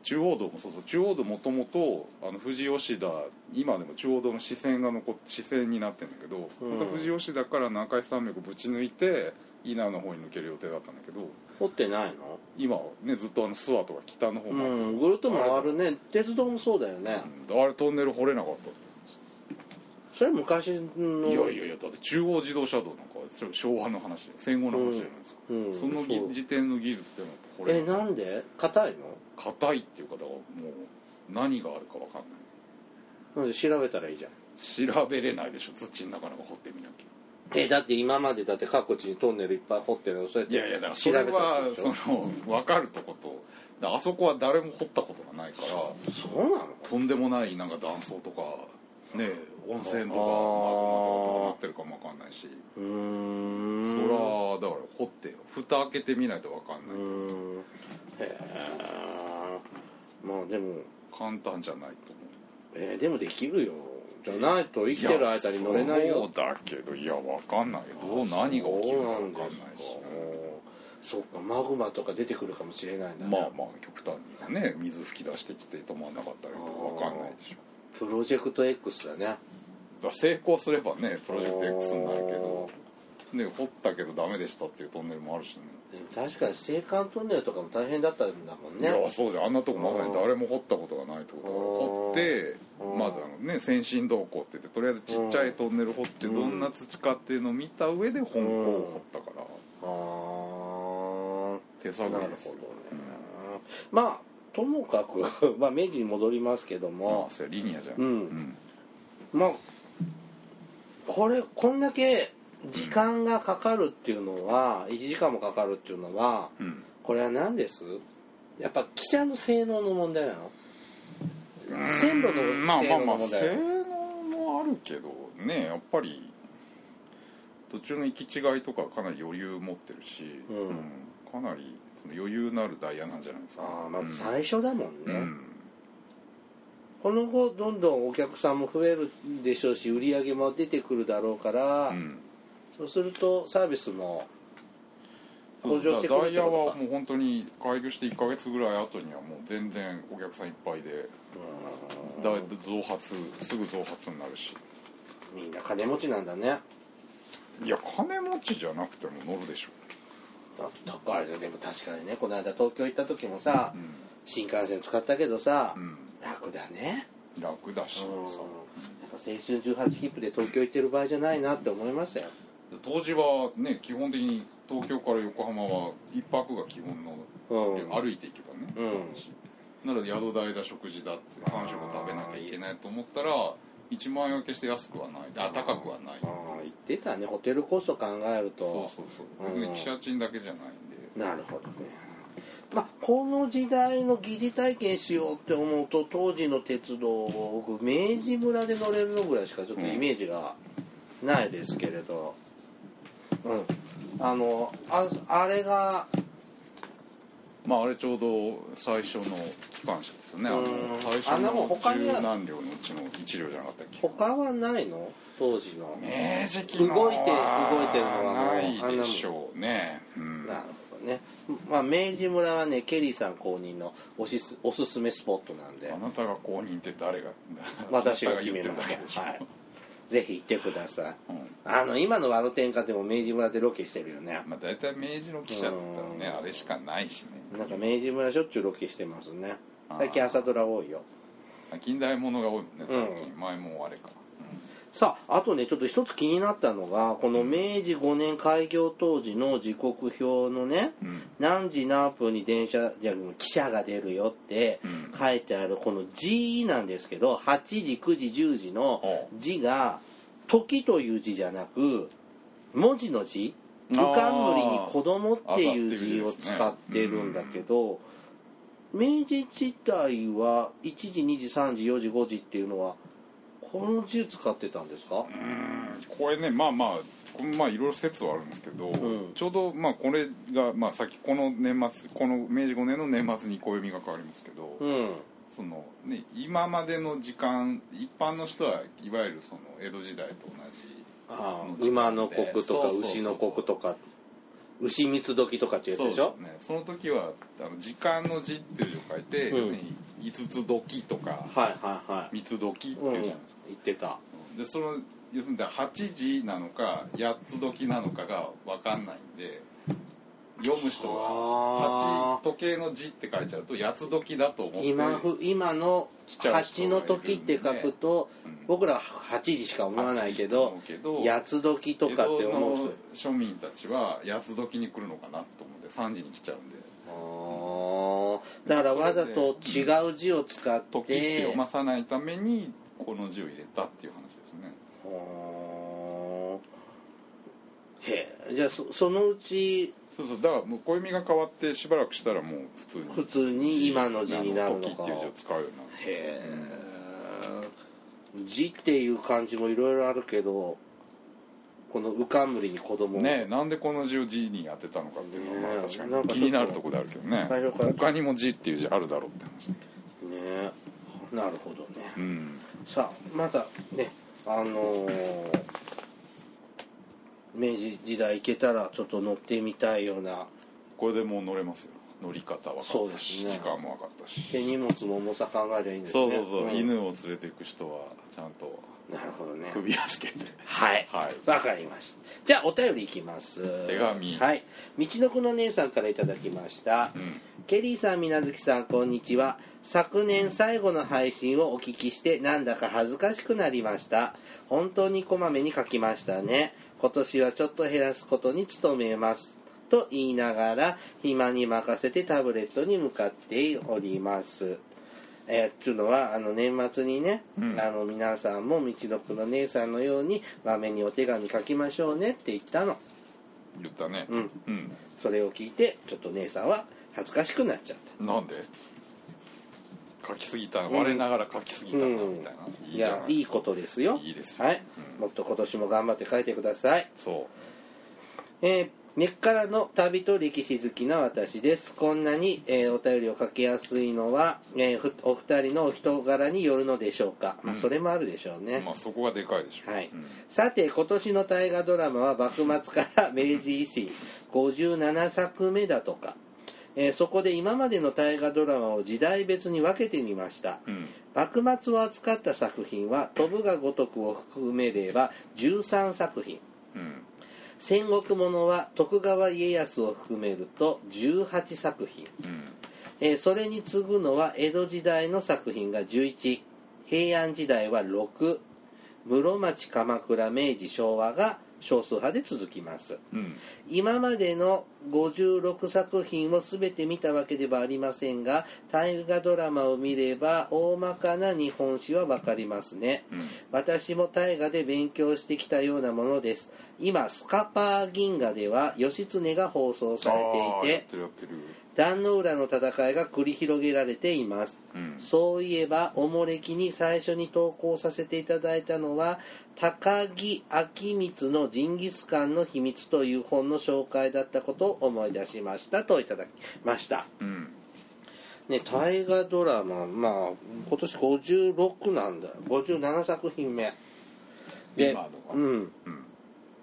Speaker 2: 中央道もそうそう中央道もともとあの富士吉田今でも中央道の支線が残っ支線になってんだけど、
Speaker 1: うん
Speaker 2: また富士吉田から中井山脈ぶち抜いて稲の方に抜ける予定だったんだけど
Speaker 1: 掘ってないの
Speaker 2: 今はねずっとあの諏訪とか北の方
Speaker 1: う
Speaker 2: まで、うん
Speaker 1: んぐるっと回るね鉄道もそうだよね、
Speaker 2: あれトンネル掘れなかったって
Speaker 1: それ昔の
Speaker 2: いやいやいやだって中央自動車道なんかそれ昭和の話戦後の話じゃないですか、
Speaker 1: うん、
Speaker 2: そのぎ
Speaker 1: そう
Speaker 2: 時点の技術でもこ
Speaker 1: え
Speaker 2: れ
Speaker 1: なんで硬いの
Speaker 2: 硬いっていう方はもう何があるか分かんない
Speaker 1: なんで調べたらいいじゃん
Speaker 2: 調べれないでしょ土の中なんか掘ってみなき
Speaker 1: えだって今までだって各地にトンネルいっぱい掘ってるのそうやっ
Speaker 2: ゃい
Speaker 1: てい
Speaker 2: やいやだからそ
Speaker 1: 調
Speaker 2: れ
Speaker 1: べたり
Speaker 2: は
Speaker 1: する
Speaker 2: そ
Speaker 1: でし
Speaker 2: の分かるとことだあそこは誰も掘ったことがないから
Speaker 1: ょそうなの
Speaker 2: とんでもないなんか断層とかね温泉とかマグマとかどうなってるかも分かんないし
Speaker 1: う
Speaker 2: そ
Speaker 1: ーん
Speaker 2: れはだから掘ってよ蓋開けてみないと分かん
Speaker 1: う
Speaker 2: ないってやつ
Speaker 1: ーんへえまあでも
Speaker 2: 簡単じゃないと思う
Speaker 1: えーでもできるよじゃないと生きてる間に乗れない
Speaker 2: や
Speaker 1: よ
Speaker 2: そうだけどいやわかんないよどう何が起きるかわかんないし
Speaker 1: そうなんですかそっかマグマとか出てくるかもしれないんだね、
Speaker 2: まあまあ極端にね水噴き出してきて止まんなかったりとかわかんないでしょ
Speaker 1: プロジェクト X だね
Speaker 2: だから成功すればねプロジェクト X になるけ
Speaker 1: お
Speaker 2: どね掘ったけどダメでしたっていうトンネルもあるしね
Speaker 1: でも確かに青函トンネルとかも大変だったんだもん
Speaker 2: い
Speaker 1: ね
Speaker 2: やそうであんなとこまさに誰も掘ったことがないってことだから掘って
Speaker 1: うん
Speaker 2: まずあのね先進動向って言ってとりあえずちっちゃいトンネル掘って
Speaker 1: うん
Speaker 2: どんな土かっていうのを見た上で本校を掘ったから
Speaker 1: あー
Speaker 2: 手探
Speaker 1: な
Speaker 2: り
Speaker 1: る
Speaker 2: です
Speaker 1: ほ
Speaker 2: よ
Speaker 1: どね、まあともかく まあ明治に戻りますけど
Speaker 2: あ
Speaker 1: も
Speaker 2: あそれリニアじゃん
Speaker 1: うんまあこれこんだけ時間がかかるっていうのは1時間もかかるっていうのは
Speaker 2: うん
Speaker 1: これは何ですやっぱ記者の性能の問題なの
Speaker 2: うん
Speaker 1: 線路の
Speaker 2: まあ
Speaker 1: 性
Speaker 2: まあ
Speaker 1: 能
Speaker 2: ま
Speaker 1: の
Speaker 2: あ
Speaker 1: 問
Speaker 2: 性
Speaker 1: 題
Speaker 2: 能もあるけどねやっぱり途中の行き違いとかかなり余裕持ってるし、
Speaker 1: うん
Speaker 2: うんかなりその余裕のあるダイヤなんじゃないですか
Speaker 1: ああま
Speaker 2: うん
Speaker 1: ず最初だもんね、
Speaker 2: うん
Speaker 1: この後どんどんお客さんも増えるでしょうし売り上げも出てくるだろうから、
Speaker 2: うん
Speaker 1: そうするとサービスも向上してくる
Speaker 2: ダ
Speaker 1: っ
Speaker 2: イ
Speaker 1: て
Speaker 2: ヤ
Speaker 1: こと
Speaker 2: は
Speaker 1: か
Speaker 2: もう本当に開業して1か月ぐらい後にはもう全然お客さんいっぱいでだ増発すぐ増発になるし
Speaker 1: みんな金持ちなんだね
Speaker 2: いや金持ちじゃなくても乗るでしょ、
Speaker 1: だって高いねでも確かにねこの間東京行った時もさ、
Speaker 2: うん
Speaker 1: 新幹線使ったけどさ、
Speaker 2: うん、
Speaker 1: 楽だね
Speaker 2: 楽だし
Speaker 1: うんやっ
Speaker 2: さ
Speaker 1: ぱ青春18切符で東京行ってる場合じゃないなって思いましたよ
Speaker 2: 当時はね基本的に東京から横浜は一泊が基本の、
Speaker 1: うん
Speaker 2: 歩いていけばね、なので宿代だ食事だって3食食べなきゃいけないと思ったら1万円は決して安くはないあ高くはない
Speaker 1: ああ言ってたねホテルコスト考えると
Speaker 2: そうそうそう別に汽車賃だけじゃないんで
Speaker 1: なるほどねまあこの時代の疑似体験しようって思うと当時の鉄道を僕明治村で乗れるのぐらいしかちょっとイメージがないですけれどうん、あのああれが
Speaker 2: まああれちょうど最初の機関車ですよねあ
Speaker 1: う
Speaker 2: の
Speaker 1: ん
Speaker 2: 最
Speaker 1: あ
Speaker 2: 初
Speaker 1: んなもん
Speaker 2: の
Speaker 1: 他には
Speaker 2: 十何両のうちの1両じゃなかったっけ
Speaker 1: 他はないの当時の
Speaker 2: 明治期の
Speaker 1: 動いて動いてるのはもう
Speaker 2: ないでしょうねうん
Speaker 1: なるほどね、まあ、明治村はねケリーさん公認のおしすおすすめスポットなんで
Speaker 2: あなたが公認って誰が
Speaker 1: 私
Speaker 2: あな
Speaker 1: が
Speaker 2: た
Speaker 1: 決
Speaker 2: 言っ
Speaker 1: め
Speaker 2: てる
Speaker 1: ま
Speaker 2: だけで
Speaker 1: し
Speaker 2: しょ
Speaker 1: た、はい、ぜひ行ってください
Speaker 2: うん
Speaker 1: あの今の「ワロ天下」でも明治村でロケしてるよね
Speaker 2: まあ大体明治の記者って言ったらね
Speaker 1: うん
Speaker 2: あれしかないしね
Speaker 1: なんか明治村しょっちゅうロケしてますね
Speaker 2: あー
Speaker 1: 最近朝ドラ多いよ
Speaker 2: 近代ものが多いもんね
Speaker 1: うん
Speaker 2: 最近前もあれか
Speaker 1: さああとねちょっと一つ気になったのがこの明治5年開業当時の時刻表のね
Speaker 2: うん
Speaker 1: 何時何分に電車じゃ汽車が出るよって
Speaker 2: うん
Speaker 1: 書いてあるこの「G」なんですけど8時9時10時の
Speaker 2: お
Speaker 1: 「字が「時」という字じゃなく文字の字「無冠に子供」っていう字を使ってるんだけど明治時代は1時2時3時4時5時っていうのはこの字使ってたんですか
Speaker 2: これねまあまあこれまあいろいろ説はあるんですけど、
Speaker 1: ん
Speaker 2: ちょうどまあこれが、まあ、さっきこの年末この明治5年の年末に暦が変わりますけど、
Speaker 1: うん
Speaker 2: そのね、今までの時間一般の人はいわゆるその江戸時代と同じ
Speaker 1: あ
Speaker 2: の
Speaker 1: あ馬の国とか
Speaker 2: そうそうそうそう
Speaker 1: 牛の国とか牛三つ時とかってやつでしょ
Speaker 2: そうですね、その時はあの時間の字っていう字を書いて、
Speaker 1: うん
Speaker 2: 要するに五つ時とか
Speaker 1: はいはいはい
Speaker 2: 三つ時って
Speaker 1: うん
Speaker 2: いう
Speaker 1: 言
Speaker 2: じゃないですか、
Speaker 1: ってた
Speaker 2: でその要するにだから8時なのか8つ時なのかが分かんないんで読む人は
Speaker 1: あー
Speaker 2: 8時計の字って書いちゃうと8つ時だと思って
Speaker 1: 今ふ今の
Speaker 2: 来ちゃう
Speaker 1: 8
Speaker 2: 人
Speaker 1: の
Speaker 2: がいるんで
Speaker 1: 時って書くと
Speaker 2: うん
Speaker 1: 僕らは8時しか思わないけど
Speaker 2: 8時と思うけど
Speaker 1: 八つ時と
Speaker 2: 江
Speaker 1: かって
Speaker 2: 戸
Speaker 1: 思う
Speaker 2: の庶民たちは8つ時に来るのかなと思って3時に来ちゃうんで
Speaker 1: 人あーだからわざと違う字を使っ
Speaker 2: 時って
Speaker 1: て
Speaker 2: 読まさないためにこの字を入れたっていう話ですね
Speaker 1: ほーへえじゃあそそのうち
Speaker 2: そうそうだからもう暦が変わってしばらくしたらもう普通に
Speaker 1: 普通に今の字になるの
Speaker 2: 時って
Speaker 1: か
Speaker 2: いう字を使うようになる
Speaker 1: へえ字っていう漢字もいろいろあるけどこの「うかんむりに子供
Speaker 2: ねえなんでこの字を字に当てたのかっていうのはま
Speaker 1: ね
Speaker 2: あ
Speaker 1: え
Speaker 2: 確
Speaker 1: なんかちょっ
Speaker 2: かに
Speaker 1: と
Speaker 2: 気になるとこであるけどね
Speaker 1: 最初から
Speaker 2: 他にも字っていう字あるだろうって話
Speaker 1: ねなるほどね、
Speaker 2: うん
Speaker 1: さあまたねあのー明治時代行けたらちょっと乗ってみたいような
Speaker 2: これでもう乗れますよ乗り方分
Speaker 1: そ
Speaker 2: か
Speaker 1: う
Speaker 2: っ
Speaker 1: で
Speaker 2: た
Speaker 1: す
Speaker 2: し、
Speaker 1: ね
Speaker 2: 時間も分かったし
Speaker 1: で荷物も重さ考えりゃいいんですね
Speaker 2: そうそうそう、
Speaker 1: ん
Speaker 2: 犬を連れていく人はちゃんと
Speaker 1: なるほどね
Speaker 2: 首をつけて
Speaker 1: はい
Speaker 2: はい
Speaker 1: わかりましたじゃあお便りいきます
Speaker 2: 手紙
Speaker 1: はい道のくの姉さんからいただきました、
Speaker 2: うん
Speaker 1: ケリーさん、みなずきさん、こんにちは。昨年最後の配信をお聞きして、なんだか恥ずかしくなりました。本当にこまめに書きましたね。今年はちょっと減らすことに努めます。と言いながら暇に任せてタブレットに向かっております。えー、っつうのはあの年末にね、
Speaker 2: うん
Speaker 1: あの皆さんもみちのくの姉さんのようにまめにお手紙書きましょうねって言ったの、
Speaker 2: 言ったね
Speaker 1: うん、
Speaker 2: うん、
Speaker 1: それを聞いてちょっと姉さんは恥ずかしくなっちゃった
Speaker 2: なんで書きすぎた我ながら書きすぎたんだみたいな、いい
Speaker 1: い
Speaker 2: じゃ
Speaker 1: や
Speaker 2: ない
Speaker 1: いいことですよ
Speaker 2: いいですよ
Speaker 1: はい、
Speaker 2: うん
Speaker 1: もっと今年も頑張って書いてください
Speaker 2: そ
Speaker 1: えー根っからの旅と歴史好きな私ですこんなに、えーお便りをかけやすいのは、えーふお二人のお人柄によるのでしょうか、まあ、
Speaker 2: うん
Speaker 1: それもあるでしょうね、
Speaker 2: うまあそこがでかいでしょ
Speaker 1: はい
Speaker 2: うん
Speaker 1: さて今年の大河ドラマは幕末から明治維新57作目だとか、えーそこで今までの大河ドラマを時代別に分けてみました
Speaker 2: うん
Speaker 1: 幕末を扱った作品は「飛ぶが如く」を含めれば13作品
Speaker 2: うん
Speaker 1: 戦国ものは徳川家康を含めると18作品、
Speaker 2: うん
Speaker 1: えーそれに次ぐのは江戸時代の作品が11平安時代は6室町鎌倉明治昭和が少数派で続きます
Speaker 2: うん
Speaker 1: 今までの56作品を全て見たわけではありませんが大河ドラマを見れば大まかな日本史はわかりますね
Speaker 2: うん
Speaker 1: 私も大河で勉強してきたようなものです今スカパー銀河では義経が放送さ
Speaker 2: あ
Speaker 1: れ
Speaker 2: ー
Speaker 1: て
Speaker 2: や
Speaker 1: い
Speaker 2: っててるやってる
Speaker 1: 壇の浦の戦いが繰り広げられています
Speaker 2: うん
Speaker 1: そういえばおもれきに最初に投稿させていただいたのは高木明光の「ジンギスカンの秘密」という本の紹介だったことを思い出しましたといただきました
Speaker 2: うん
Speaker 1: ね大河ドラマまあ今年56なんだ57作品目で
Speaker 2: 今のが
Speaker 1: うん
Speaker 2: うん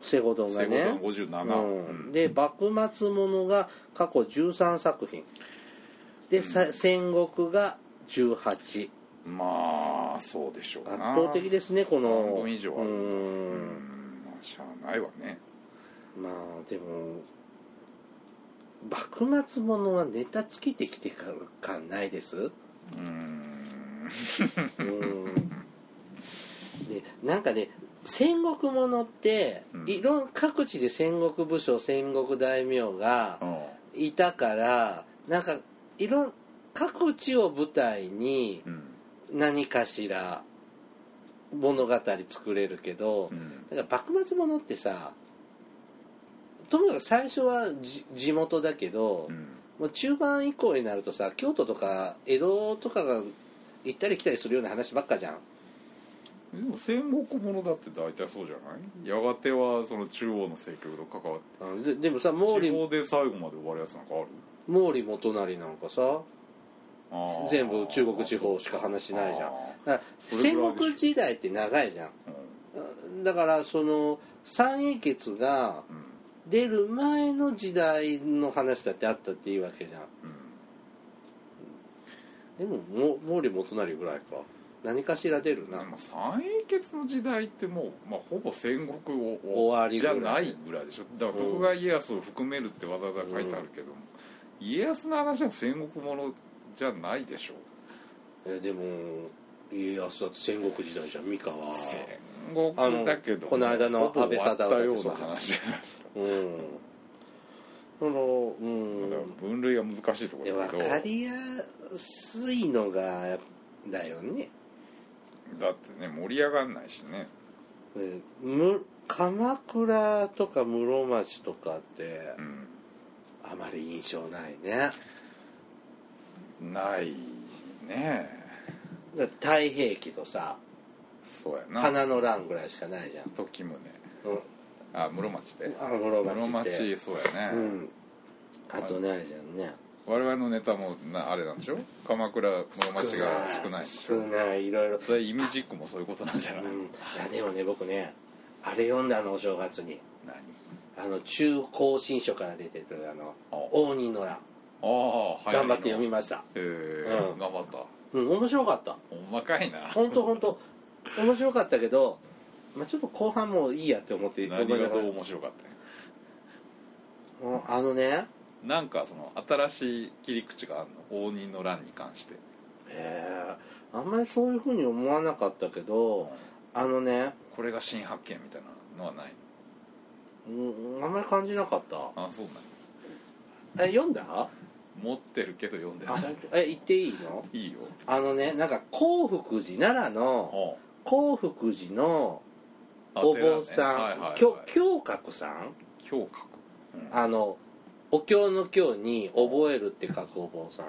Speaker 1: 瀬古丼が
Speaker 2: 生後
Speaker 1: ね
Speaker 2: 五十七
Speaker 1: うん、で幕末ものが過去13作品で、さ戦国が18
Speaker 2: まあそうでしょう
Speaker 1: 圧
Speaker 2: な
Speaker 1: 倒的ですねこの
Speaker 2: 半分以上あ
Speaker 1: う
Speaker 2: るうんんまあしゃあないわね
Speaker 1: まあでも幕末ものはネタつけてきてから感ないです
Speaker 2: うん
Speaker 1: うんでなんかね戦国ものって、
Speaker 2: うん
Speaker 1: いろん各地で戦国武将戦国大名がいたからなんかいろん各地を舞台に
Speaker 2: うん
Speaker 1: 何かしら物語作れるけど、
Speaker 2: うん
Speaker 1: だから幕末ものってさともかく最初はじ地元だけど、
Speaker 2: うん
Speaker 1: もう中盤以降になるとさ京都とか江戸とかが行ったり来たりするような話ばっかじゃん
Speaker 2: でも戦国ものだって大体そうじゃないやがてはその中央の政局と関わって
Speaker 1: うんででもさ毛利
Speaker 2: 地方で最後まで終わるやつなんかある
Speaker 1: 毛利元就なんかさ
Speaker 2: あー
Speaker 1: 全部中国地方しか話しないじゃん
Speaker 2: あ
Speaker 1: だから
Speaker 2: それぐらい
Speaker 1: 戦
Speaker 2: でしょ
Speaker 1: 国時代って長いじゃん
Speaker 2: ー
Speaker 1: だからその三英傑が
Speaker 2: うんうん
Speaker 1: 出る前の時代の話だってあったっていいわけじゃん
Speaker 2: うん
Speaker 1: でもも毛利元就ぐらいか何かしら出るな、
Speaker 2: まあ、三英傑の時代ってもう、まあ、ほぼ戦国を
Speaker 1: 終わりぐ
Speaker 2: じ
Speaker 1: ら
Speaker 2: ゃ
Speaker 1: い
Speaker 2: ないぐらいでしょだから
Speaker 1: うん
Speaker 2: 徳川家康を含めるってわざわざ書いてあるけども、家康の話は戦国ものじゃないでしょ
Speaker 1: えでも家康だって戦国時代じゃん三河
Speaker 2: 戦国だけども
Speaker 1: あのこの間の
Speaker 2: ほぼ終わ
Speaker 1: 安倍
Speaker 2: った
Speaker 1: 貞夫
Speaker 2: よ
Speaker 1: だって
Speaker 2: う
Speaker 1: そう
Speaker 2: な
Speaker 1: じゃん
Speaker 2: 話じゃないですか
Speaker 1: うんそのうん
Speaker 2: だから分類は難しいとこ
Speaker 1: いや
Speaker 2: ろだ
Speaker 1: わ
Speaker 2: けど
Speaker 1: かりやすいのがだよね、
Speaker 2: だってね盛り上がんないしね
Speaker 1: うんむ鎌倉とか室町とかって
Speaker 2: う
Speaker 1: あまり印象ないね
Speaker 2: んないね
Speaker 1: だって太平記とさ
Speaker 2: そうやな
Speaker 1: 花の乱ぐらいしかないじゃん、
Speaker 2: 時宗
Speaker 1: うん、
Speaker 2: あ室町で
Speaker 1: あ室町
Speaker 2: 室
Speaker 1: って
Speaker 2: 町そうや
Speaker 1: う
Speaker 2: ね、
Speaker 1: んあとないじゃんね
Speaker 2: 我々のネタもなあれなんでしょ鎌倉室町が少ないでし
Speaker 1: 少
Speaker 2: ょ
Speaker 1: ないいろいろ、
Speaker 2: それ意味軸もそういうことなんじゃ
Speaker 1: う
Speaker 2: ない、
Speaker 1: ん、いやでもね僕ねあれ読んだのお正月に
Speaker 2: 何
Speaker 1: あの中高新書から出てくるあの
Speaker 2: あ
Speaker 1: 応仁の乱
Speaker 2: ああはい
Speaker 1: 頑張って読みました、
Speaker 2: え
Speaker 1: うん
Speaker 2: 頑張った
Speaker 1: うん、面白かった
Speaker 2: ほんまかいな
Speaker 1: 本当本当面白かったけど、まあ、ちょっと後半もういいやって思って
Speaker 2: 何
Speaker 1: ごめん
Speaker 2: が
Speaker 1: なさ
Speaker 2: ど
Speaker 1: いう
Speaker 2: 面白かったんや
Speaker 1: うんあのね
Speaker 2: なんかその新しい切り口があるの応仁の乱に関して
Speaker 1: えーあんまりそういうふうに思わなかったけどあのね、
Speaker 2: これが新発見みたいなのはない
Speaker 1: うん、あんまり感じなかった
Speaker 2: あそう
Speaker 1: え読んだ
Speaker 2: 持ってるけど読んで
Speaker 1: あ
Speaker 2: ない
Speaker 1: 本当え言っていいの
Speaker 2: いいよ
Speaker 1: あのねなんか興福寺奈良の
Speaker 2: お
Speaker 1: 興福寺のお坊さんきょ京覚さん
Speaker 2: 胸郭うん
Speaker 1: あのお経の経に覚えるって書くお坊さ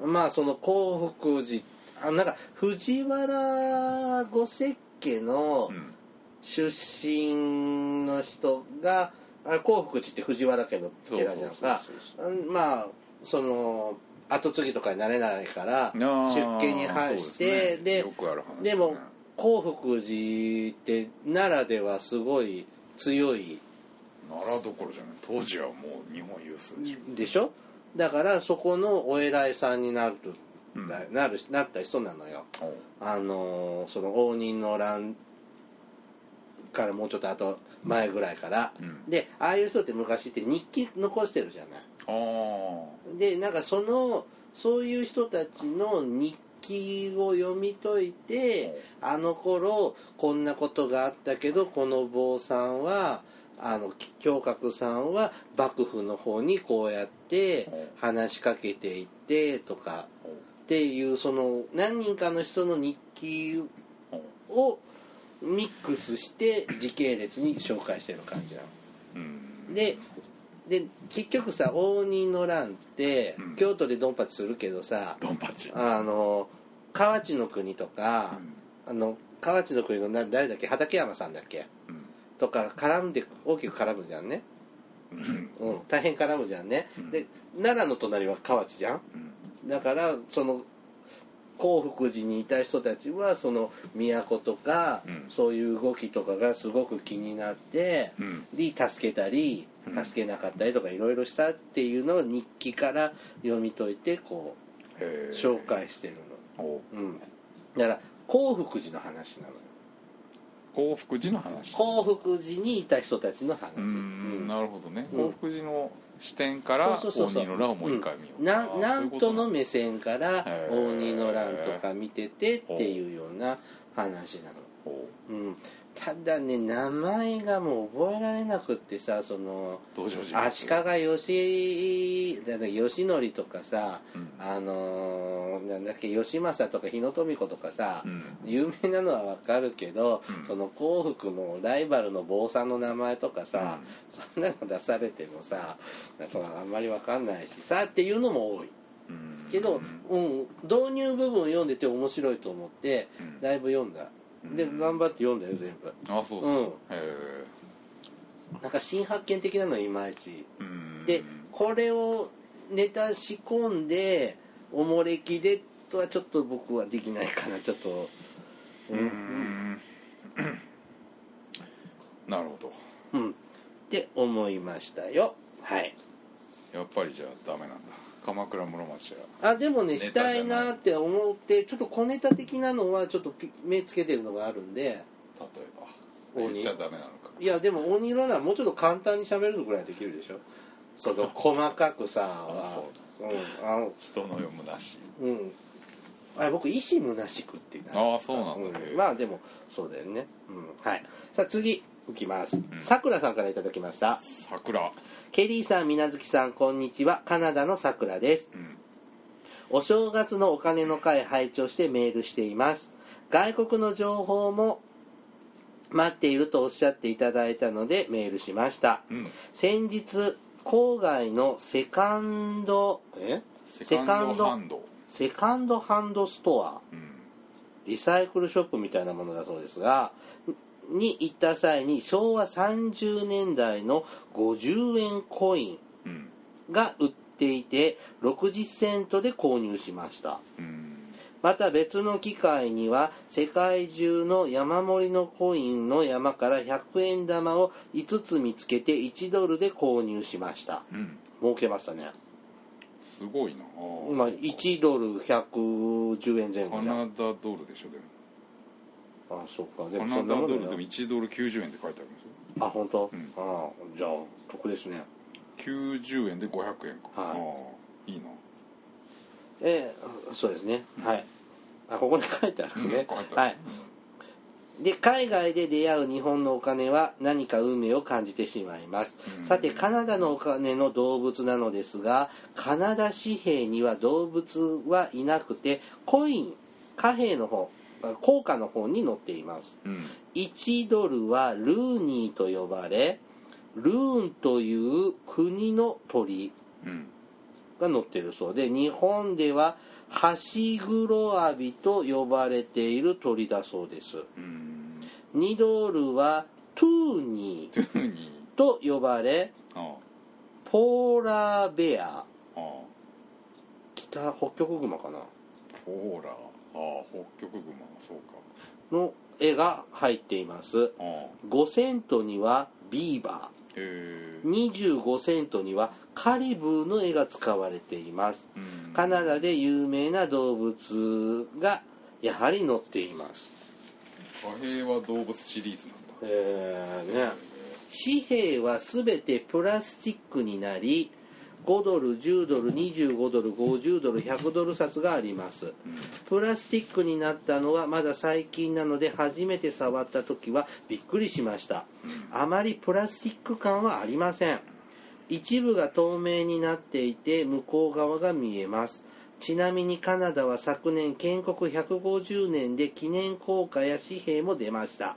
Speaker 2: お
Speaker 1: んまあその興福寺あなんか藤原御石家の
Speaker 2: うん
Speaker 1: 出身の人が、あ興福寺って藤原家の
Speaker 2: そう
Speaker 1: 寺
Speaker 2: そう
Speaker 1: じゃん
Speaker 2: そう
Speaker 1: か
Speaker 2: そうそう
Speaker 1: うんまあその後継ぎとかになれないから
Speaker 2: あー
Speaker 1: 出家に反して
Speaker 2: そうすね
Speaker 1: で
Speaker 2: よくある話
Speaker 1: で
Speaker 2: ね
Speaker 1: も興福寺って奈良ではすごい強い
Speaker 2: 奈良どころじゃない当時はもう日本有数でしょ
Speaker 1: でしょだからそこのお偉いさんになると、
Speaker 2: うん
Speaker 1: だなるなった人なのよ
Speaker 2: おう
Speaker 1: あのーその応仁の乱からもうちょっと後前ぐらいから、
Speaker 2: うん
Speaker 1: でああいう人って昔って日記残してるじゃない
Speaker 2: あー
Speaker 1: でなんかそのそういう人たちの日記を読み解いてあの頃こんなことがあったけどこの坊さんはあの京覚さんは幕府の方にこうやって話しかけていってとか
Speaker 2: おう
Speaker 1: っていうその何人かの人の日記
Speaker 2: おう
Speaker 1: をミックスして時系列に紹介してる感じなの。
Speaker 2: うん
Speaker 1: でで結局さ応仁の乱って、
Speaker 2: うん
Speaker 1: 京都でドンパチするけどさ
Speaker 2: ドンパチ
Speaker 1: あの河内の国とか、あの河内の国のな誰だっけ畠山さんだっけ
Speaker 2: うん
Speaker 1: とか絡んで大きく絡むじゃんね、
Speaker 2: うんうん
Speaker 1: うん、大変絡むじゃんね、
Speaker 2: うん
Speaker 1: で奈良の隣は河内じゃん
Speaker 2: うん
Speaker 1: だからその興福寺にいた人たちはその都とか、
Speaker 2: うん
Speaker 1: そういう動きとかがすごく気になって、
Speaker 2: うん
Speaker 1: で助けたり
Speaker 2: うん
Speaker 1: 助けなかったりとかいろいろしたっていうのを日記から読み解いてこう
Speaker 2: へー
Speaker 1: 紹介してる
Speaker 2: おう
Speaker 1: の、うん、だから興福寺の話なのよ
Speaker 2: 幸福寺の話
Speaker 1: 興福寺にいた人たちの話
Speaker 2: うーんなるほどね
Speaker 1: うん
Speaker 2: 幸福寺の視点から
Speaker 1: そうそ
Speaker 2: 応
Speaker 1: うそうそう
Speaker 2: 仁の乱をもう一回見よう
Speaker 1: うんな
Speaker 2: あー
Speaker 1: なん
Speaker 2: そう
Speaker 1: と
Speaker 2: いうこ
Speaker 1: の目線から
Speaker 2: へー
Speaker 1: 応仁の乱とか見ててっていうような話なの、
Speaker 2: おう
Speaker 1: うん、ただね名前がもう覚えられなくってさその
Speaker 2: 道成寺
Speaker 1: 足利義だね義則とかさ、
Speaker 2: うん
Speaker 1: あのーなんだっけ義政とか日野富子とかさ、
Speaker 2: うん
Speaker 1: 有名なのはわかるけど、
Speaker 2: うん
Speaker 1: その幸福のライバルの坊さんの名前とかさ、そんなの出されてもさなんかあんまりわかんないしさっていうのも多い
Speaker 2: うん
Speaker 1: けど、
Speaker 2: うん
Speaker 1: うん導入部分読んでて面白いと思って
Speaker 2: うん
Speaker 1: だいぶ読んだ、で
Speaker 2: うん
Speaker 1: 頑張って読んだよ全部
Speaker 2: あそうそう、
Speaker 1: うん
Speaker 2: へえ
Speaker 1: なんか新発見的なのいまいち
Speaker 2: うん
Speaker 1: でこれをネタ仕込んでおもれきでとはちょっと僕はできないかなちょっと
Speaker 2: うんなるほど
Speaker 1: うんって思いましたよはい
Speaker 2: やっぱりじゃあダメなんだ鎌倉室町は
Speaker 1: あでもね
Speaker 2: ネタ
Speaker 1: し
Speaker 2: じゃな
Speaker 1: た
Speaker 2: い
Speaker 1: いなって思ってちょっと小ネタ的なのはちょっとピ目つけてるのがあるんで
Speaker 2: 例えば
Speaker 1: 鬼
Speaker 2: 言っちゃダメなのか
Speaker 1: いやでも鬼のなもうちょっと簡単に喋るぐらいできるでしょそ の細かくさ
Speaker 2: あ
Speaker 1: は
Speaker 2: そ
Speaker 1: うんあの
Speaker 2: 人の読むなし
Speaker 1: うんあ僕意志虚しくってな
Speaker 2: ああそうなんだ、へ
Speaker 1: う
Speaker 2: え
Speaker 1: んまあでもそうだよね、うん、はいさあ次いきます
Speaker 2: ん
Speaker 1: さくらさんからいただきました
Speaker 2: 桜
Speaker 1: ケリーさんみなずきさんこんにちはカナダのさくらです
Speaker 2: うん
Speaker 1: お正月のお金の会拝聴してメールしています外国の情報も待っているとおっしゃっていただいたのでメールしました
Speaker 2: うん
Speaker 1: 先日郊外のセカンドえ
Speaker 2: セカンドハンド
Speaker 1: セカンドハンドストア
Speaker 2: うん
Speaker 1: リサイクルショップみたいなものだそうですがに行った際に昭和30年代の50円コイ
Speaker 2: うん
Speaker 1: ンが売っていて60セントで購入しました
Speaker 2: うん
Speaker 1: また別の機会には世界中の山盛りのコインの山から100円玉を5つ見つけて1ドルで購入しました
Speaker 2: うん
Speaker 1: 儲けましたね
Speaker 2: すごいなあー
Speaker 1: 今
Speaker 2: そうか
Speaker 1: 1ドル110円前後
Speaker 2: カ
Speaker 1: じゃん
Speaker 2: ナダドルでしょでも
Speaker 1: あそうかで
Speaker 2: カ
Speaker 1: も
Speaker 2: ナ
Speaker 1: そんな
Speaker 2: ダ
Speaker 1: も
Speaker 2: ド
Speaker 1: んだ
Speaker 2: ル
Speaker 1: よ
Speaker 2: でも1ドル90円って書いてあるんですよ
Speaker 1: あ本当、
Speaker 2: うん
Speaker 1: ああじゃあ得ですね
Speaker 2: 90円で500円か、
Speaker 1: はい
Speaker 2: ああいいな
Speaker 1: ええそうですねはいあここに書いてあるね、
Speaker 2: うん書いてある
Speaker 1: はいで海外で出会う日本のお金は何か運命を感じてしまいます、
Speaker 2: うん
Speaker 1: さてカナダのお金の動物なのですがカナダ紙幣には動物はいなくてコイン貨幣の方あ硬貨の方に載っています
Speaker 2: うん
Speaker 1: 1ドルはルーニーと呼ばれルーンという国の鳥
Speaker 2: うん
Speaker 1: が載ってるそうで日本ではハシグロアビと呼ばれている鳥だそうです
Speaker 2: うん
Speaker 1: 2ドルはトゥーニー
Speaker 2: ふうに
Speaker 1: と呼ばれ
Speaker 2: あ
Speaker 1: ポーラーベア
Speaker 2: あああ
Speaker 1: 北北極熊かな
Speaker 2: ほらああ北極熊そうか
Speaker 1: の絵が入っています
Speaker 2: ああ
Speaker 1: 5セントにはビーバ
Speaker 2: へえ
Speaker 1: ー25セントにはカリブーの絵が使われています
Speaker 2: うん
Speaker 1: カナダで有名な動物がやはり載っています
Speaker 2: 和平は動物シリーズなんだ
Speaker 1: えーね紙幣は全てプラスチックになり5ドル10ドル25ドル50ドル100ドル札があります
Speaker 2: うん
Speaker 1: プラスチックになったのはまだ最近なので初めて触った時はびっくりしましたあまりプラスチック感はありません一部が透明になっていて向こう側が見えますちなみにカナダは昨年建国150年で記念硬貨や紙幣も出ました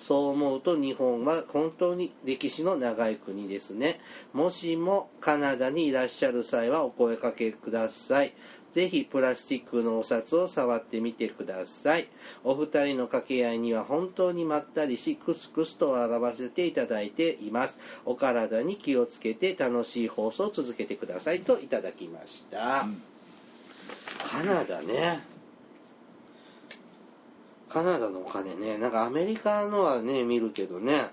Speaker 1: そう思うと日本は本当に歴史の長い国ですねもしもカナダにいらっしゃる際はお声かけくださいぜひプラスチックのお札を触ってみてくださいお二人の掛け合いには本当にまったりしクスクスと笑わせていただいていますお体に気をつけて楽しい放送を続けてくださいといただきました、
Speaker 2: うん
Speaker 1: カナダねカナダのお金ねなんかアメリカのはね見るけどね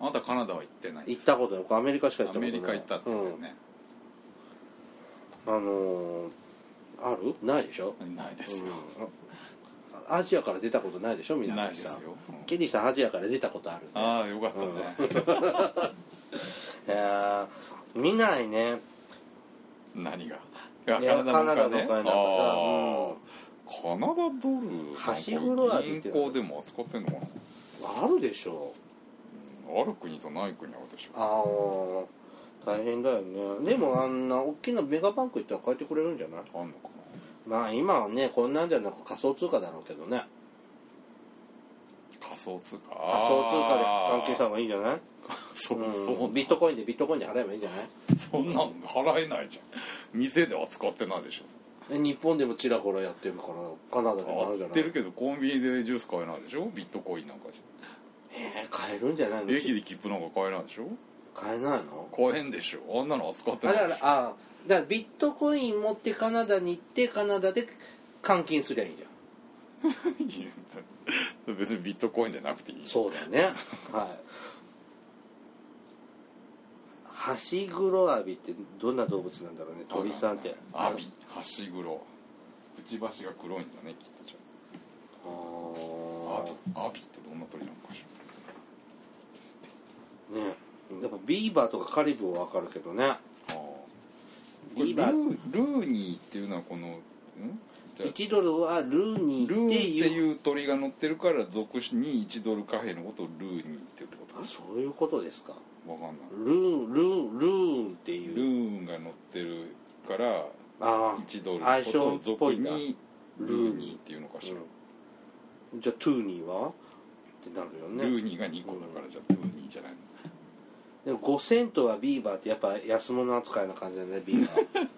Speaker 2: あなたカナダは行ってない
Speaker 1: 行ったことない僕アメリカしか行っ
Speaker 2: ア
Speaker 1: たことな
Speaker 2: メ
Speaker 1: い
Speaker 2: リカ行ったって言ってたよね、
Speaker 1: うん、あのーあるないでしょ、
Speaker 2: ないですよ、
Speaker 1: うんあアジアから出たことないでしょ
Speaker 2: ない
Speaker 1: 皆
Speaker 2: ですよ
Speaker 1: さん、ケリーさんアジアから出たことあるね
Speaker 2: ああよかったね、
Speaker 1: いやー見ないね
Speaker 2: 何がいや
Speaker 1: いや
Speaker 2: カナ
Speaker 1: カナダのお
Speaker 2: ダのお金
Speaker 1: 金だから
Speaker 2: ああ、カナダドルなんか
Speaker 1: ハシグロアリっ
Speaker 2: 銀
Speaker 1: て
Speaker 2: 行でも扱ってんのかな
Speaker 1: あるでしょ
Speaker 2: うんある国とない国あるでしょ
Speaker 1: あー大変だよねでもあんな大きなメガバンク行ったら変えてくれるんじゃない
Speaker 2: あんのか
Speaker 1: まあ今はねこんなんじゃなく仮想通貨だろうけどね
Speaker 2: な仮想通
Speaker 1: 仮想通貨
Speaker 2: 貨
Speaker 1: で換金した方がいいんじゃない
Speaker 2: そう
Speaker 1: うん
Speaker 2: そう
Speaker 1: ビットコインでビットコインで払えばいいんじゃない
Speaker 2: そんなん払えないじゃん店で扱ってないでしょ
Speaker 1: で日本でもちらほらやってるからカナダでもあるじゃな
Speaker 2: 買っ
Speaker 1: い
Speaker 2: てるけどコンビニでジュース買えないでしょビットコインなんかじ
Speaker 1: えー買えるんじゃない
Speaker 2: ゃ
Speaker 1: の
Speaker 2: 駅で切符なんか買えないでしょ
Speaker 1: 買えないの
Speaker 2: 買えんでしょあんなの扱って
Speaker 1: あだ
Speaker 2: な
Speaker 1: か
Speaker 2: いでし
Speaker 1: ら
Speaker 2: ょ
Speaker 1: あだからビットコイン持ってカナダに行ってカナダで換金すりゃいいじゃん
Speaker 2: いや別にビットコインじゃなくていい
Speaker 1: そうだよねはいハシグロアビってどんな動物なんだろうね鳥さんって
Speaker 2: アビハシグロくちばしが黒いんだねきっとじ
Speaker 1: あ
Speaker 2: ゃあア
Speaker 1: ー
Speaker 2: ビアビってどんな鳥なのかし
Speaker 1: ねやっぱビーバーとかカリブーはわかるけどね
Speaker 2: らああ
Speaker 1: ビーバー
Speaker 2: これルールーニーっていうのはこのんじゃあ
Speaker 1: 1ドルはルーニー
Speaker 2: ルー
Speaker 1: っ
Speaker 2: ンっ
Speaker 1: て
Speaker 2: て
Speaker 1: いう
Speaker 2: いう鳥が乗ってるから俗に1ドル貨幣のことをルーニーって言うってこと
Speaker 1: あそういうことですか
Speaker 2: わかんない
Speaker 1: ルーンルーンルーンって
Speaker 2: ル
Speaker 1: いう
Speaker 2: ーンが乗ってるから
Speaker 1: ああ、
Speaker 2: 1ドルのことを俗にル
Speaker 1: 相性っぽいな
Speaker 2: ーニーっていうのかしら、
Speaker 1: うんじゃあトゥーニーはってなるよね
Speaker 2: ルーニーが2個だからじゃあルーニーじゃないの
Speaker 1: でも5セントはビーバーってやっぱ安物扱いな感じだねビーバー、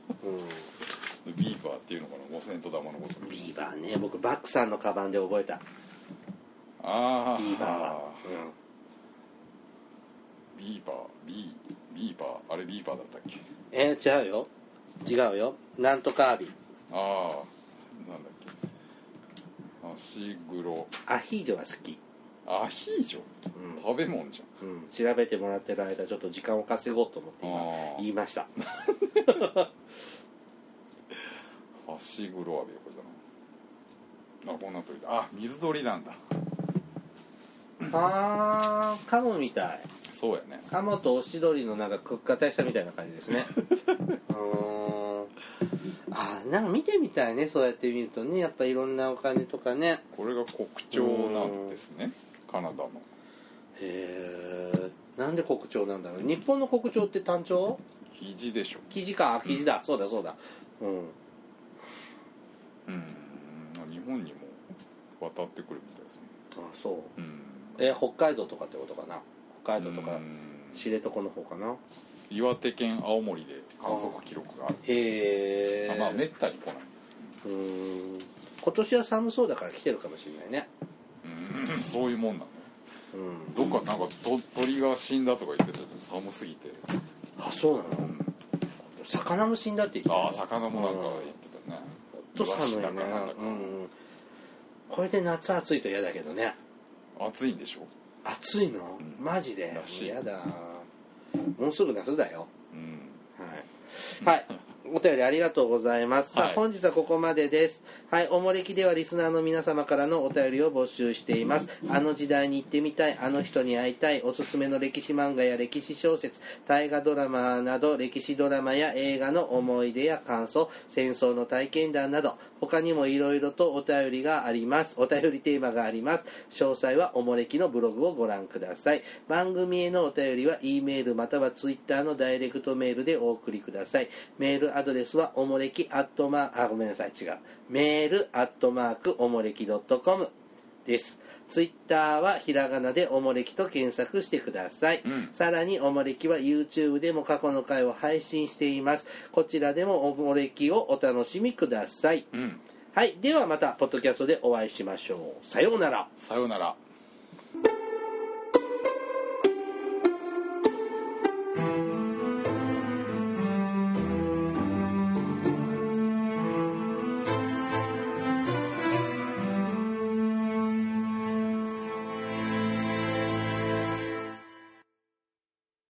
Speaker 2: ビーバーっていうのかな5セント玉のこと
Speaker 1: うん、ビーバーね僕バックさんのカバンで覚えた
Speaker 2: ああ
Speaker 1: ビーバーは、
Speaker 2: ビーバービービーバーあれビーバーだったっけ
Speaker 1: うん、えー、違うよ違うよなんとかアビ
Speaker 2: ああなんだっけアシグロ
Speaker 1: アヒージョが好き、
Speaker 2: アヒージョ
Speaker 1: うん
Speaker 2: 食べ物じ
Speaker 1: うん、調べてもらってる間ちょっと時間を稼ごうと思って
Speaker 2: あ
Speaker 1: 今
Speaker 2: ー
Speaker 1: 言いました
Speaker 2: ゃんアシグロアビこれだなあこんな鳥だあ水鳥なんだ
Speaker 1: あーカモみたい
Speaker 2: そうやね
Speaker 1: カモ とオシドリのなんかくっかたしたみたいな感じですねうーんあなんか見てみたいねそうやって見るとねやっぱいろんなお金とかね
Speaker 2: これが国鳥なんですねカナダの
Speaker 1: へえんで国鳥なんだろう日本の国鳥って単調
Speaker 2: 記事でしょ
Speaker 1: 記事か記事だ、そうだそうだうん
Speaker 2: うん日本にも渡ってくるみたいですね
Speaker 1: あそう
Speaker 2: うん
Speaker 1: え北海道とかってことかな北海道と
Speaker 2: う
Speaker 1: か
Speaker 2: ん
Speaker 1: 知床の方かな
Speaker 2: 岩手県青森で観測記録がある
Speaker 1: へえ
Speaker 2: あまあめったに来ない
Speaker 1: うん今年は寒そうだから来てるかもしれないね
Speaker 2: うん そういうもんなの
Speaker 1: うん
Speaker 2: どっかなんかと鳥が死んだとか言ってたけど寒すぎて、
Speaker 1: あそうな
Speaker 2: う
Speaker 1: の
Speaker 2: ん、
Speaker 1: 魚も死んだって言ってたよ
Speaker 2: ああ魚もなんか言ってたね
Speaker 1: ちょっ
Speaker 2: イ
Speaker 1: と
Speaker 2: ワシ
Speaker 1: 寒い
Speaker 2: だ
Speaker 1: ね
Speaker 2: かなんだか、
Speaker 1: うんうんこれで夏暑いと嫌だけどね
Speaker 2: 暑いんでしょ
Speaker 1: 暑いの
Speaker 2: うん
Speaker 1: マジで
Speaker 2: らしい
Speaker 1: 嫌だもうすぐ夏だよ
Speaker 2: うん
Speaker 1: はい、はい、お便りありがとうございます。さあ、
Speaker 2: はい
Speaker 1: 本日はここまでです。はい、おもれきではリスナーの皆様からのお便りを募集しています。あの時代に行ってみたい、あの人に会いたい、おすすめの歴史漫画や歴史小説、大河ドラマなど、歴史ドラマや映画の思い出や感想、戦争の体験談など、他にもいろいろとお便りがあります。お便りテーマがあります。詳細はおもれきのブログをご覧ください。番組へのお便りは、E メールまたは Twitter のダイレクトメールでお送りください。メールアドレスは、おもれきアットマーク、あ、ごめんなさい、違う。メールアットマーク、おもれき .com です。ツイッターはひらがなでおもれきと検索してください。
Speaker 2: うん
Speaker 1: さらにおもれきは YouTube でも過去の回を配信しています。こちらでもおもれきをお楽しみください。
Speaker 2: うん
Speaker 1: はい。ではまた、ポッドキャストでお会いしましょう。さようなら。
Speaker 2: さようなら